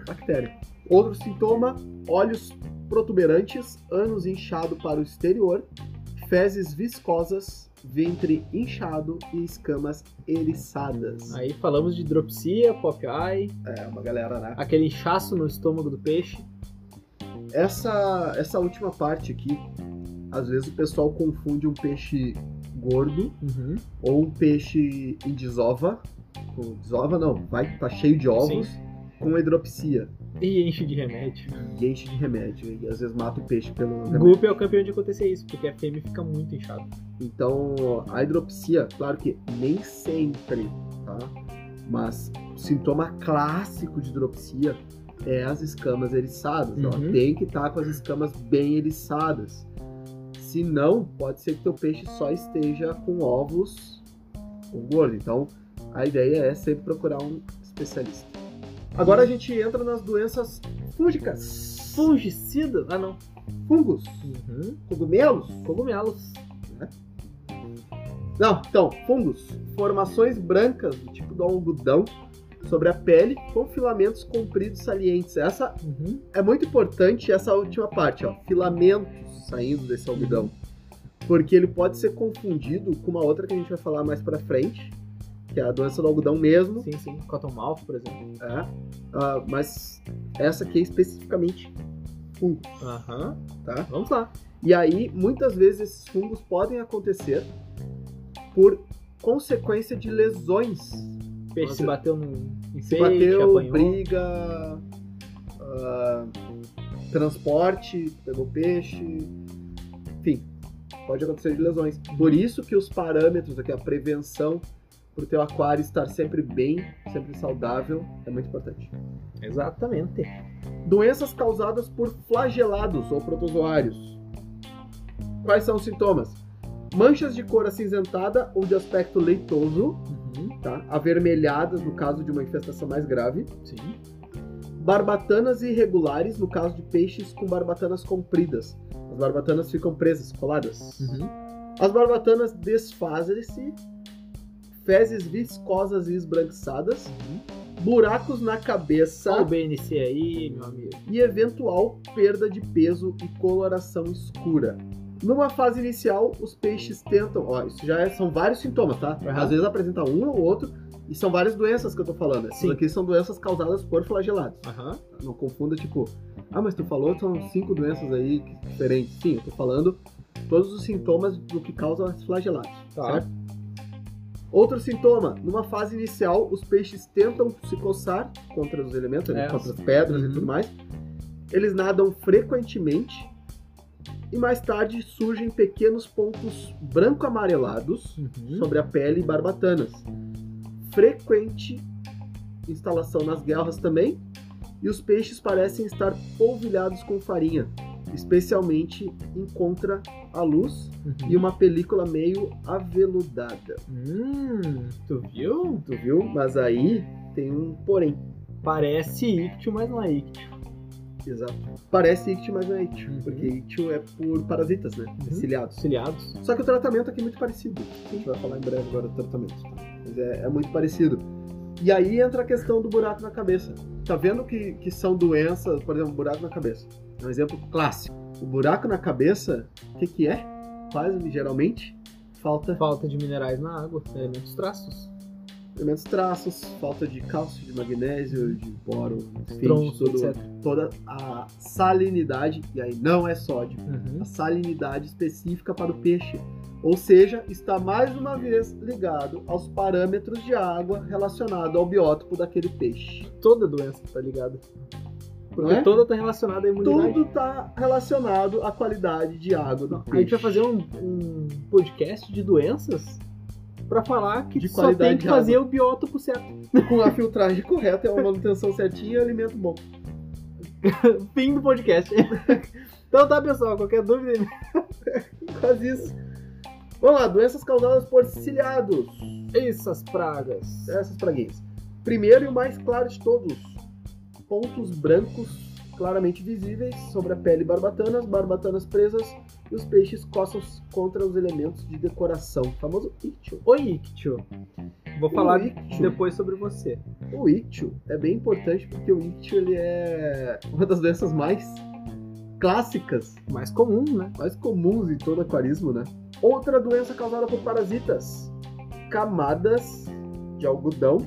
Speaker 2: bactéria. Outro sintoma: olhos protuberantes, ânus inchado para o exterior, fezes viscosas, ventre inchado e escamas eriçadas.
Speaker 1: Aí falamos de hidropsia, pop eye,
Speaker 2: É, uma galera, né?
Speaker 1: aquele inchaço no estômago do peixe.
Speaker 2: Essa, essa última parte aqui, às vezes o pessoal confunde um peixe gordo
Speaker 1: Uhum.
Speaker 2: ou um peixe em desova. com- Desova não, vai, tá cheio de ovos. Com hidropsia
Speaker 1: E enche de remédio.
Speaker 2: e enche de remédio. E às vezes mata o peixe pelo remédio.
Speaker 1: Guppy é o campeão de acontecer isso, porque a fêmea fica muito inchada.
Speaker 2: Então, a hidropsia, claro que nem sempre, tá? Mas o sintoma clássico de hidropsia é as escamas eriçadas. Ela
Speaker 1: Uhum.
Speaker 2: tem que estar com as escamas bem eriçadas. Se não, pode ser que teu peixe só esteja com ovos ou gordo. Então, a ideia é sempre procurar um especialista. Agora a gente entra nas doenças fúngicas.
Speaker 1: Fungicida? Ah, não.
Speaker 2: Fungos,
Speaker 1: Uhum.
Speaker 2: cogumelos,
Speaker 1: Cogumelos.
Speaker 2: Não, então, fungos. Formações brancas do tipo do algodão sobre a pele com filamentos compridos salientes. Essa
Speaker 1: Uhum.
Speaker 2: é muito importante, essa última parte, ó. Filamentos saindo desse algodão. Porque ele pode ser confundido com uma outra que a gente vai falar mais pra frente, que é a doença do algodão mesmo.
Speaker 1: Sim, sim. Cottonmouth, por exemplo.
Speaker 2: é. Ah, mas essa aqui é especificamente fungos,
Speaker 1: Aham.
Speaker 2: tá?
Speaker 1: Vamos lá.
Speaker 2: E aí, muitas vezes, esses fungos podem acontecer por consequência de lesões.
Speaker 1: O peixe se
Speaker 2: Nossa.
Speaker 1: bateu num em
Speaker 2: Se
Speaker 1: peixe,
Speaker 2: bateu,
Speaker 1: apanhou.
Speaker 2: briga, ah, transporte, pegou peixe, enfim, pode acontecer de lesões. Por isso que os parâmetros aqui, a prevenção para o teu aquário estar sempre bem, sempre saudável, é muito importante.
Speaker 1: Exatamente.
Speaker 2: Doenças causadas por flagelados ou protozoários. Quais são os sintomas? Manchas de cor acinzentada ou de aspecto leitoso,
Speaker 1: Uhum.
Speaker 2: tá? avermelhadas no caso de uma infestação mais grave,
Speaker 1: Sim.
Speaker 2: Barbatanas irregulares, no caso de peixes com barbatanas compridas. As barbatanas ficam presas, coladas.
Speaker 1: Uhum.
Speaker 2: As barbatanas desfazem-se, fezes viscosas e esbranquiçadas, buracos na cabeça
Speaker 1: Uhum. Olha o BNC aí, meu amigo.
Speaker 2: e eventual perda de peso e coloração escura. Numa fase inicial, os peixes tentam. Ó, isso já é- são vários sintomas, tá?
Speaker 1: Aham.
Speaker 2: Às vezes apresenta um ou outro, e são várias doenças que eu tô falando. Essas
Speaker 1: Sim.
Speaker 2: aqui são doenças causadas por flagelados.
Speaker 1: Aham.
Speaker 2: Não confunda, tipo, ah, mas tu falou que são cinco doenças aí que- diferentes. Sim, eu tô falando todos os sintomas do que causa flagelados,
Speaker 1: Tá.
Speaker 2: certo? Outro sintoma, numa fase inicial, os peixes tentam se coçar contra os elementos, né,
Speaker 1: É.
Speaker 2: contra as pedras
Speaker 1: Uhum.
Speaker 2: e tudo mais. Eles nadam frequentemente e mais tarde surgem pequenos pontos branco-amarelados
Speaker 1: Uhum.
Speaker 2: sobre a pele e barbatanas. Frequente instalação nas guerras também, e os peixes parecem estar polvilhados com farinha, especialmente encontra a luz e
Speaker 1: Uhum.
Speaker 2: uma película meio aveludada.
Speaker 1: Hum, tu viu?
Speaker 2: Tu viu? Mas aí tem um porém.
Speaker 1: Parece ictio, mas não é ictio.
Speaker 2: Exato. Parece ictio, mas não é ictio,
Speaker 1: Uhum.
Speaker 2: porque ictio é por parasitas, né?
Speaker 1: Uhum.
Speaker 2: Ciliados.
Speaker 1: Auxiliados.
Speaker 2: Só que o tratamento aqui é muito parecido. A gente vai falar em breve agora do tratamento. tá? Mas é, é muito parecido. E aí entra a questão do buraco na cabeça. Tá vendo que, que são doenças, por exemplo, buraco na cabeça. É um exemplo clássico. O buraco na cabeça, o que, que é? Quase geralmente falta
Speaker 1: Falta de minerais na água, elementos traços.
Speaker 2: de elementos traços, falta de cálcio, de magnésio, de boro, enfim, de
Speaker 1: Tronço,
Speaker 2: todo-
Speaker 1: etc.
Speaker 2: toda a salinidade. E aí não é sódio.
Speaker 1: Uhum.
Speaker 2: a salinidade específica para o peixe, ou seja, está mais uma vez ligado aos parâmetros de água relacionado ao biótipo daquele peixe.
Speaker 1: Toda doença tá ligada. Porque
Speaker 2: Não é?
Speaker 1: toda tá relacionada à imunidade.
Speaker 2: Tudo está relacionado à qualidade de água do
Speaker 1: A gente vai
Speaker 2: peixe.
Speaker 1: fazer um, um podcast de doenças pra falar que
Speaker 2: De
Speaker 1: só
Speaker 2: qualidade
Speaker 1: tem que
Speaker 2: de água.
Speaker 1: fazer o biótipo certo.
Speaker 2: com a filtragem correta, é uma manutenção certinha e alimento bom.
Speaker 1: Fim do podcast. então tá, pessoal, qualquer dúvida.
Speaker 2: Faz isso. Vamos lá, doenças causadas por ciliados.
Speaker 1: Essas é pragas.
Speaker 2: Essas praguinhas. Primeiro e o mais claro de todos, pontos brancos claramente visíveis sobre a pele barbatanas, barbatanas presas e os peixes coçam contra os elementos de decoração, o famoso ictio.
Speaker 1: Oi, Ictio. Vou falar
Speaker 2: o ictio,
Speaker 1: depois sobre você.
Speaker 2: o ictio é bem importante porque o ictio ele é uma das doenças mais clássicas,
Speaker 1: Mais comum, né?
Speaker 2: mais comuns em todo aquarismo, né? Outra doença causada por parasitas, camadas de algodão.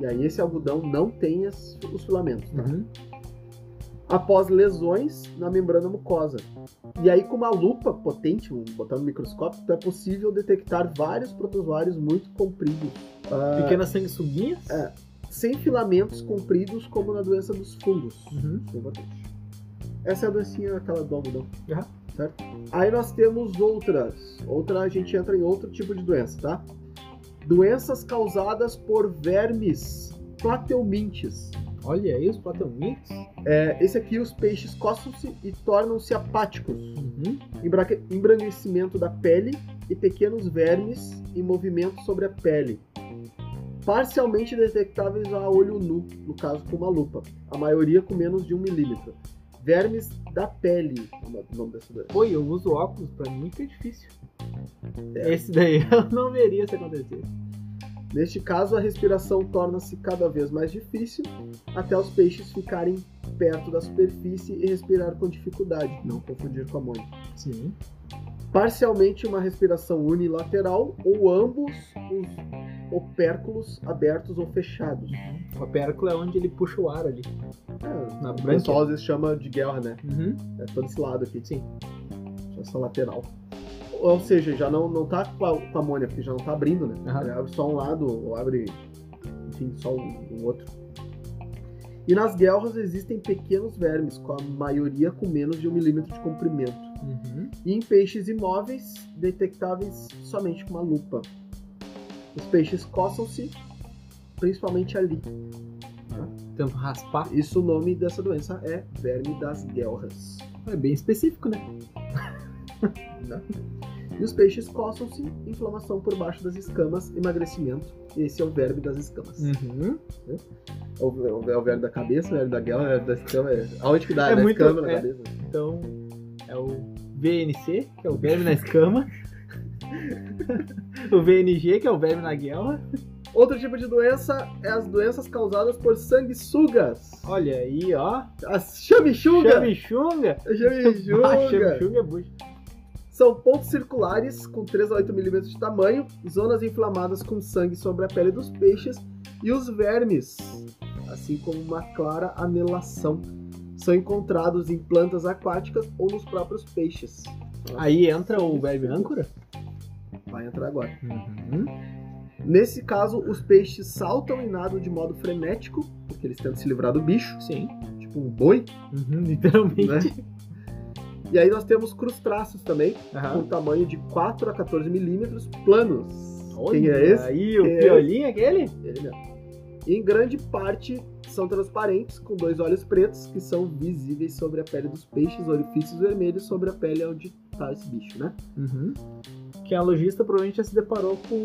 Speaker 2: E aí esse algodão não tem as- os filamentos, tá? após lesões na membrana mucosa. E aí, com uma lupa potente, um- botar no microscópio, então é possível detectar vários protozoários muito compridos, ah,
Speaker 1: Pequenas sanguessuguinhas.
Speaker 2: É. sem filamentos compridos, como na doença dos fungos.
Speaker 1: Uhum.
Speaker 2: Isso é importante. Essa é a doencinha aquela do algodão.
Speaker 1: Aham.
Speaker 2: Certo? Aí nós temos outras. Outra a gente entra em outro tipo de doença, tá? Doenças causadas por vermes plateumintes.
Speaker 1: Olha aí os plateumites.
Speaker 2: É, esse aqui os peixes coçam-se e tornam-se apáticos.
Speaker 1: Uhum.
Speaker 2: Embra- embranquecimento da pele e pequenos vermes em movimento sobre a pele. Parcialmente detectáveis a olho nu, no caso com uma lupa, a maioria com menos de um milímetro. Vermes da pele, é o nome dessa doença.
Speaker 1: Oi, eu uso óculos, pra mim fica difícil. Esse daí eu não veria se acontecer.
Speaker 2: Neste caso, a respiração torna-se cada vez mais difícil, até os peixes ficarem perto da superfície e respirar com dificuldade, não confundir com a amônia.
Speaker 1: Sim.
Speaker 2: parcialmente uma respiração unilateral ou ambos os opérculos abertos ou fechados.
Speaker 1: O opérculo é onde ele puxa o ar ali.
Speaker 2: É,
Speaker 1: Na
Speaker 2: o
Speaker 1: branca.
Speaker 2: pessoal às vezes chama de guerra, né?
Speaker 1: Uhum.
Speaker 2: É todo esse lado aqui,
Speaker 1: Sim.
Speaker 2: só essa lateral. Ou seja, já não, não tá com a, com a amônia, porque já não tá abrindo, né?
Speaker 1: Aham.
Speaker 2: Ele abre só um lado ou abre, enfim, só o o outro. E nas guelras existem pequenos vermes, com a maioria com menos de um milímetro de comprimento.
Speaker 1: Uhum.
Speaker 2: e em peixes imóveis detectáveis somente com uma lupa. Os peixes coçam-se, principalmente ali.
Speaker 1: Então, raspar
Speaker 2: Isso o nome dessa doença é verme das guelras.
Speaker 1: é bem específico, né?
Speaker 2: E os peixes coçam-se, inflamação por baixo das escamas, emagrecimento. Esse é o verbo das escamas.
Speaker 1: Uhum.
Speaker 2: É o, é o- é o verbo da cabeça, o verbo da guela, o verbo da escama. É... Aonde que dá?
Speaker 1: É
Speaker 2: na
Speaker 1: muito-
Speaker 2: escama, na
Speaker 1: é.
Speaker 2: cabeça.
Speaker 1: Então, é o VNC, que é o verme na escama. o VNG, que é o verme na guerra.
Speaker 2: Outro tipo de doença é as doenças causadas por sanguessugas.
Speaker 1: Olha aí, ó.
Speaker 2: As chamichugas.
Speaker 1: Chamichunga. Ah,
Speaker 2: Chamichuga.
Speaker 1: Chamichunga é bucha.
Speaker 2: São pontos circulares com 3 a 8 milímetros de tamanho, zonas inflamadas com sangue sobre a pele dos peixes e os vermes, assim como uma clara anelação, são encontrados em plantas aquáticas ou nos próprios peixes.
Speaker 1: Aí entra o verme âncora.
Speaker 2: Vai entrar agora.
Speaker 1: Uhum.
Speaker 2: Nesse caso, os peixes saltam e nadam de modo frenético, porque eles tentam se livrar do bicho,
Speaker 1: Sim.
Speaker 2: tipo um boi,
Speaker 1: Uhum, literalmente.
Speaker 2: né? e aí nós temos crustáceos também, com
Speaker 1: Aham.
Speaker 2: tamanho de 4 a 14 milímetros, planos. Quem
Speaker 1: Olha
Speaker 2: é esse?
Speaker 1: Aí, o
Speaker 2: Quem é
Speaker 1: piolinho aquele?
Speaker 2: Ele mesmo. E em grande parte são transparentes, com dois olhos pretos que são visíveis sobre a pele dos peixes, orifícios vermelhos sobre a pele onde está esse bicho, né?
Speaker 1: Uhum. Que a lojista provavelmente já se deparou com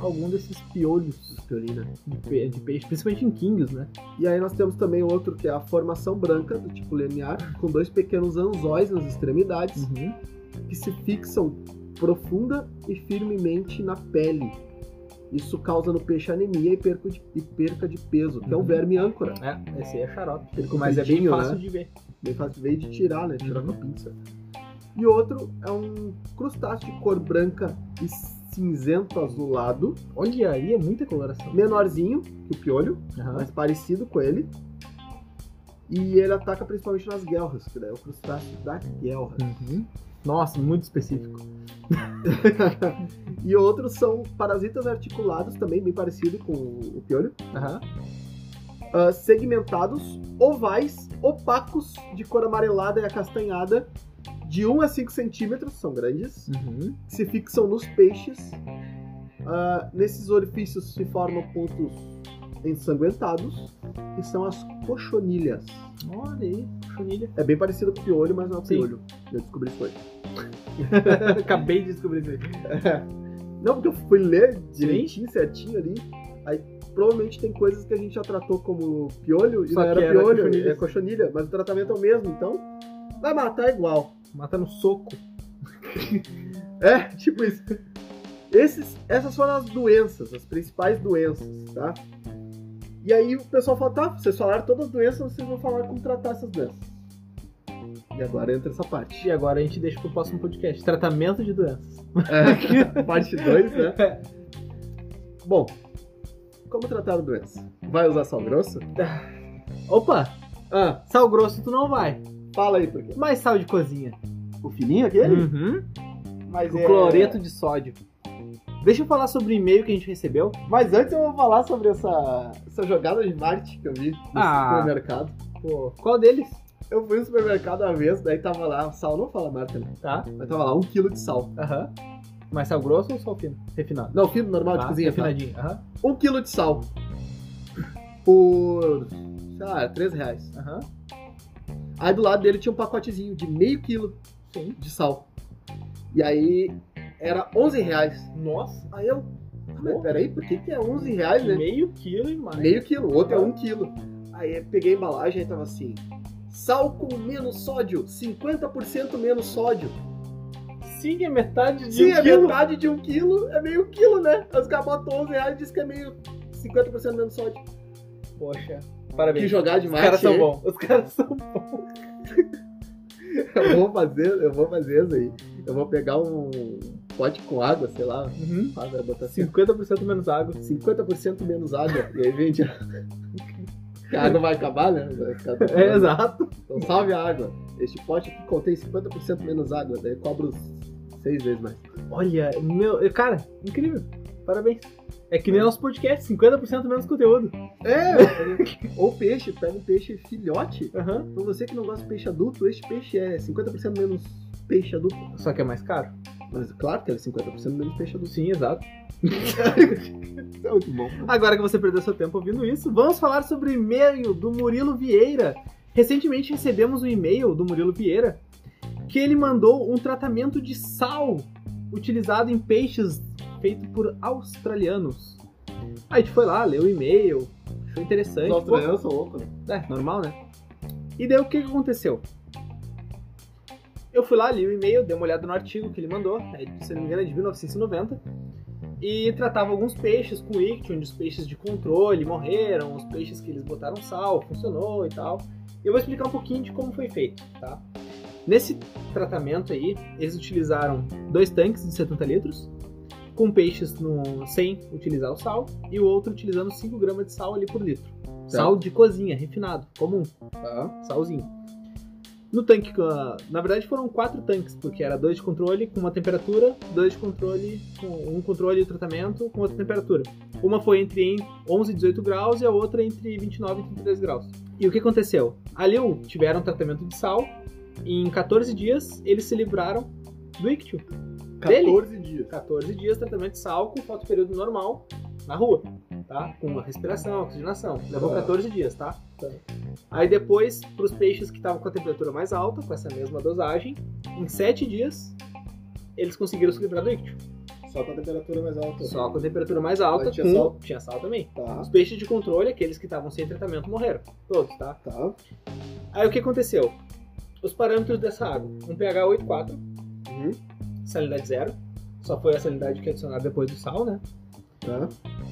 Speaker 1: algum desses piolhos né?
Speaker 2: Piolina.
Speaker 1: de, pe- de peixe, principalmente em Kings, né?
Speaker 2: E aí nós temos também outro que é a formação branca, do tipo linear, com dois pequenos anzóis nas extremidades,
Speaker 1: Uhum.
Speaker 2: que se fixam profunda e firmemente na pele. Isso causa no peixe anemia e perca de, e perca de peso, que é o
Speaker 1: Uhum.
Speaker 2: verme âncora.
Speaker 1: É, esse aí é xarope.
Speaker 2: Ele
Speaker 1: Mas é bem
Speaker 2: compridinho,
Speaker 1: fácil
Speaker 2: né?
Speaker 1: de ver.
Speaker 2: Bem fácil veio de tirar, né? Tirar
Speaker 1: Uhum.
Speaker 2: com a pinça. E outro é um crustáceo de cor branca e cinzento azulado,
Speaker 1: Olha aí, é muita coloração.
Speaker 2: menorzinho que o piolho,
Speaker 1: Aham.
Speaker 2: mas parecido com ele. E ele ataca principalmente nas guelras, que daí é o crustáceo da guelra.
Speaker 1: Uhum. Nossa, muito específico.
Speaker 2: E outros são parasitas articulados, também bem parecido com o piolho,
Speaker 1: Aham.
Speaker 2: ah, segmentados, ovais, opacos, de cor amarelada e acastanhada, de 1 a 5 centímetros, são grandes.
Speaker 1: Uhum.
Speaker 2: que se fixam nos peixes. Ah, nesses orifícios se formam pontos ensanguentados, que são as cochonilhas.
Speaker 1: Olha aí, chenilha.
Speaker 2: É bem parecido com o piolho, mas não é o
Speaker 1: Sim.
Speaker 2: piolho. Eu descobri isso hoje.
Speaker 1: Acabei de descobrir isso aí.
Speaker 2: Não, porque eu fui ler direitinho, certinho ali. Aí provavelmente tem coisas que a gente já tratou como piolho e
Speaker 1: Só
Speaker 2: não era
Speaker 1: que era
Speaker 2: piolho,
Speaker 1: cochonilha.
Speaker 2: é cochonilha, mas o tratamento é o mesmo, então vai matar igual.
Speaker 1: Mata no soco.
Speaker 2: É, tipo isso. Esses, essas foram as doenças, as principais doenças, tá? E aí o pessoal fala, tá, vocês falaram todas as doenças, vocês vão falar como tratar essas doenças. E agora entra essa parte.
Speaker 1: E agora a gente deixa pro próximo podcast. Tratamento de doenças.
Speaker 2: É, parte 2, né? Bom, como tratar a doença? Vai usar sal grosso?
Speaker 1: Opa,
Speaker 2: Ah,
Speaker 1: sal grosso tu não vai.
Speaker 2: fala aí por quê.
Speaker 1: Mas sal de cozinha.
Speaker 2: O fininho aquele?
Speaker 1: Uhum.
Speaker 2: Mas é-
Speaker 1: O cloreto de sódio. Deixa eu falar sobre o e-mail que a gente recebeu.
Speaker 2: Mas antes eu vou falar sobre essa, essa jogada de Marte que eu vi no
Speaker 1: Ah.
Speaker 2: supermercado.
Speaker 1: Pô, qual deles?
Speaker 2: Eu fui no supermercado uma vez, daí tava lá, sal, não fala marca, né?
Speaker 1: Tá.
Speaker 2: Mas tava lá, um quilo de sal.
Speaker 1: Aham. Mas sal grosso ou sal fino? Refinado.
Speaker 2: Não, fino normal de
Speaker 1: Ah,
Speaker 2: cozinha, tá?
Speaker 1: Refinadinho. Aham.
Speaker 2: Um quilo de sal. Por, sei lá, três reais.
Speaker 1: Aham.
Speaker 2: Aí do lado dele tinha um pacotezinho de meio quilo
Speaker 1: Sim.
Speaker 2: de sal. E aí, era 11 reais.
Speaker 1: Nossa.
Speaker 2: Aí eu, ah, mas peraí, por que que é 11 reais, né?
Speaker 1: Meio quilo e mais.
Speaker 2: Meio quilo, o outro é um quilo. Aí eu peguei a embalagem e tava assim, sal com menos sódio, 50% menos sódio.
Speaker 1: Sim, é metade de
Speaker 2: Sim,
Speaker 1: um
Speaker 2: é
Speaker 1: quilo.
Speaker 2: metade de um quilo, é meio quilo, né? Os caras botam 11 reais e dizem que é meio 50% menos sódio.
Speaker 1: Poxa.
Speaker 2: Que
Speaker 1: Parabéns.
Speaker 2: jogar
Speaker 1: Os
Speaker 2: demais.
Speaker 1: caras são
Speaker 2: hein?
Speaker 1: bons. Os caras são bons.
Speaker 2: Eu vou fazer, eu vou fazer isso aí. Eu vou pegar um pote com água, sei lá,
Speaker 1: Uhum.
Speaker 2: água, botar assim,
Speaker 1: 50% menos água.
Speaker 2: 50% menos água. E aí vende a... Porque a água vai acabar, né? Vai ficar-
Speaker 1: É, exato.
Speaker 2: Então salve a água. Este pote aqui contém 50% menos água, daí cobra os seis vezes mais.
Speaker 1: Olha, meu. Cara, incrível. Parabéns. É que nem nosso podcast, 50% menos conteúdo.
Speaker 2: É! Ou peixe, pega um peixe filhote
Speaker 1: Aham.
Speaker 2: Pra Então, você que não gosta de peixe adulto, este peixe é 50% menos peixe adulto.
Speaker 1: Só que é mais caro.
Speaker 2: Mas claro que ele é 50% menos peixe adulto.
Speaker 1: Sim, exato.
Speaker 2: Isso é muito bom.
Speaker 1: Agora que você perdeu seu tempo ouvindo isso, vamos falar sobre o e-mail do Murilo Vieira. Recentemente recebemos um e-mail do Murilo Vieira que ele mandou um tratamento de sal utilizado em peixes feito por australianos. Aí a gente foi lá, leu o e-mail, achou interessante.
Speaker 2: Os australianos são loucos, né?
Speaker 1: pô, é, normal, né? E daí o que, que aconteceu? Eu fui lá, li o e-mail, dei uma olhada no artigo que ele mandou, é, se não me engano é de 1990, e tratava alguns peixes com ictio, onde os peixes de controle morreram, os peixes que eles botaram sal, funcionou e tal. Eu vou explicar um pouquinho de como foi feito, tá? Nesse tratamento aí, eles utilizaram dois tanques de 70 litros, com peixes no, sem utilizar o sal, e o outro utilizando 5 gramas de sal ali por litro. Sal de cozinha, refinado, comum,
Speaker 2: Tá.
Speaker 1: salzinho. No tanque, com a- na verdade foram quatro tanques, porque era dois de controle com uma temperatura, dois de controle com um controle e tratamento com outra temperatura. Uma foi entre 11 e 18 graus e a outra entre 29 e 33 graus. E o que aconteceu? Ali o- tiveram tratamento de sal, em 14 dias eles se livraram do ictio.
Speaker 2: 14 dias.
Speaker 1: 14 dias tratamento de sal com foto período normal na rua, tá? Com a respiração, a oxigenação. Levou
Speaker 2: Tá.
Speaker 1: 14 dias, tá?
Speaker 2: Tá.
Speaker 1: Aí depois, para os peixes que estavam com a temperatura mais alta, com essa mesma dosagem, em 7 dias, eles conseguiram se livrar do ictio.
Speaker 2: Só com a temperatura mais alta.
Speaker 1: Só com a temperatura mais alta,
Speaker 2: Aí Tá. tinha
Speaker 1: com-
Speaker 2: sal?
Speaker 1: tinha sal também. Os
Speaker 2: Tá,
Speaker 1: peixes de controle, aqueles que estavam sem tratamento, morreram. Todos, tá?
Speaker 2: tá.
Speaker 1: Aí o que aconteceu? Os parâmetros dessa água. Um pH 8,4,
Speaker 2: Uhum.
Speaker 1: salinidade zero. Só foi a salinidade que adicionaram depois do sal, né?
Speaker 2: Tá.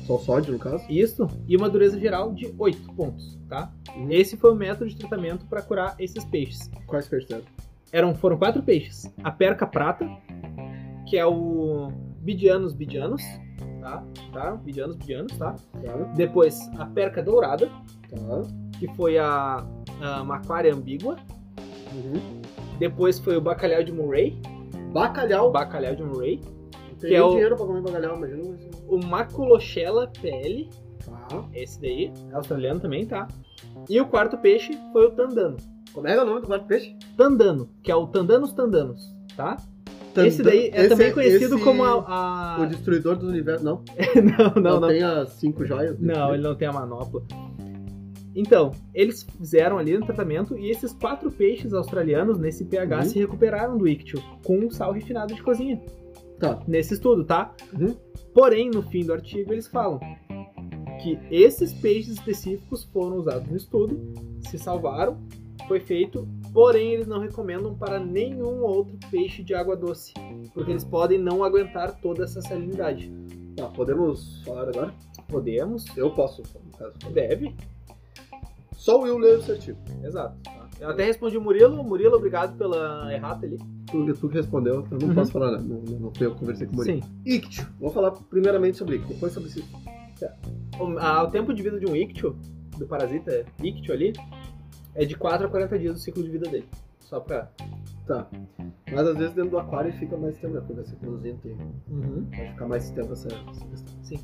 Speaker 2: Só sódio, no caso.
Speaker 1: Isso, e uma dureza geral de 8 pontos, tá?
Speaker 2: Uhum.
Speaker 1: Esse foi o método de tratamento para curar esses peixes.
Speaker 2: Quais percebem?
Speaker 1: Eram, foram quatro peixes. A perca prata, que é o bidianos bidianos, tá? tá? Bidianos bidianos, tá?
Speaker 2: Tá,
Speaker 1: Depois, a perca dourada,
Speaker 2: tá.
Speaker 1: que foi a, a maquária ambígua.
Speaker 2: Uhum.
Speaker 1: Depois foi o bacalhau de Murray, o
Speaker 2: Bacalhau.
Speaker 1: bacalhau de Murray.
Speaker 2: Não
Speaker 1: que
Speaker 2: Tem
Speaker 1: é o-
Speaker 2: dinheiro pra comer bacalhau, imagina. mas-
Speaker 1: O maculochela PL,
Speaker 2: Tá.
Speaker 1: esse daí, é australiano também, tá? E o quarto peixe foi o tandano.
Speaker 2: Como é que é o nome do quarto peixe?
Speaker 1: Tandano, que é o Tandanos Tandanos, tá? esse daí é
Speaker 2: Esse-
Speaker 1: também conhecido
Speaker 2: esse-
Speaker 1: como a. a-
Speaker 2: O destruidor do universo, não.
Speaker 1: não, não, não.
Speaker 2: tem as cinco joias? Né? dele.
Speaker 1: Não, ele não tem a manopla. Então, eles fizeram ali no tratamento e esses quatro peixes australianos nesse pH
Speaker 2: Uhum.
Speaker 1: se recuperaram do ictio com um sal refinado de cozinha.
Speaker 2: Tá.
Speaker 1: Nesse estudo, tá?
Speaker 2: Uhum.
Speaker 1: Porém, no fim do artigo, eles falam que esses peixes específicos foram usados no estudo, se salvaram, foi feito, porém eles não recomendam para nenhum outro peixe de água doce, porque eles podem não aguentar toda essa salinidade.
Speaker 2: Tá, podemos falar agora?
Speaker 1: Podemos?
Speaker 2: Eu posso, no caso.
Speaker 1: Deve,
Speaker 2: Só o Will leu esse artigo.
Speaker 1: exato. tá? Eu até respondi o Murilo, Murilo, obrigado pela errata ali.
Speaker 2: Tu, tu que respondeu, eu não
Speaker 1: Uhum.
Speaker 2: posso falar nada. Não, não, não fui eu que conversei com o Murilo.
Speaker 1: Sim.
Speaker 2: Ictio. Vou falar primeiramente sobre Ictio, depois sobre esse.
Speaker 1: O, a- o tempo de vida de um ictio, do parasita ictio ali, é de 4 a 40 dias do ciclo de vida dele. Só pra...
Speaker 2: Tá. Mas às vezes dentro do aquário ele fica mais tempo, né? Porque vai ser produzindo, tem-
Speaker 1: Uhum.
Speaker 2: vai ficar mais tempo essa, essa questão.
Speaker 1: Sim.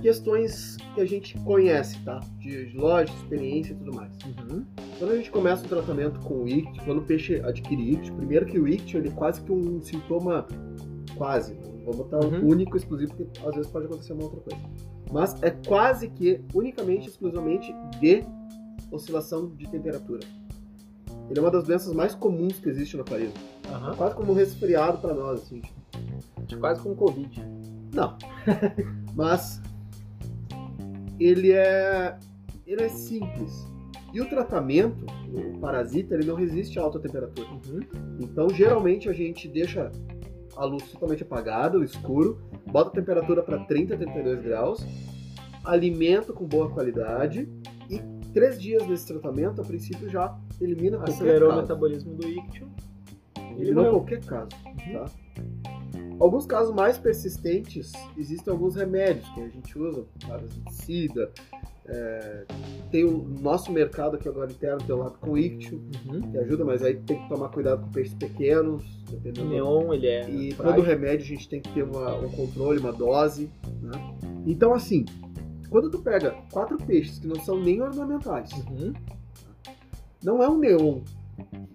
Speaker 2: Questões que a gente conhece, tá? De, de loja, de experiência e tudo mais.
Speaker 1: Uhum.
Speaker 2: Quando a gente começa o tratamento com o ictio, quando o peixe adquire ictio, primeiro que o ictio ele é quase que um sintoma, quase, não vou botar um
Speaker 1: Uhum.
Speaker 2: único exclusivo, porque às vezes pode acontecer uma outra coisa. Mas é quase que unicamente, exclusivamente de oscilação de temperatura. Ele é uma das doenças mais comuns que existe no aquarismo. É
Speaker 1: Aham.
Speaker 2: quase como um resfriado para nós, assim. tipo,
Speaker 1: Quase como Covid.
Speaker 2: Não. Mas ele é ele é simples. E o tratamento, o parasita, ele não resiste a alta temperatura.
Speaker 1: Uhum.
Speaker 2: Então, geralmente a gente deixa a luz totalmente apagada, o escuro, bota a temperatura para 30, 32 graus, alimento com boa qualidade e três dias desse tratamento, a princípio já elimina qualquer
Speaker 1: Acelerou o
Speaker 2: caso.
Speaker 1: metabolismo do ictio. Ele
Speaker 2: Eliminou
Speaker 1: morreu.
Speaker 2: qualquer caso. Tá? Alguns casos mais persistentes, existem alguns remédios que a gente usa, parasiticida. É, tem o nosso mercado aqui agora interno, tem o lado com ictio,
Speaker 1: Uhum.
Speaker 2: que ajuda, mas aí tem que tomar cuidado com peixes pequenos, dependendo
Speaker 1: O
Speaker 2: do
Speaker 1: neon, ele é.
Speaker 2: e todo
Speaker 1: frágil.
Speaker 2: remédio a gente tem que ter uma- um controle, uma dose. né? Então, assim, quando tu pega quatro peixes que não são nem ornamentais,
Speaker 1: Uhum.
Speaker 2: não é um neon.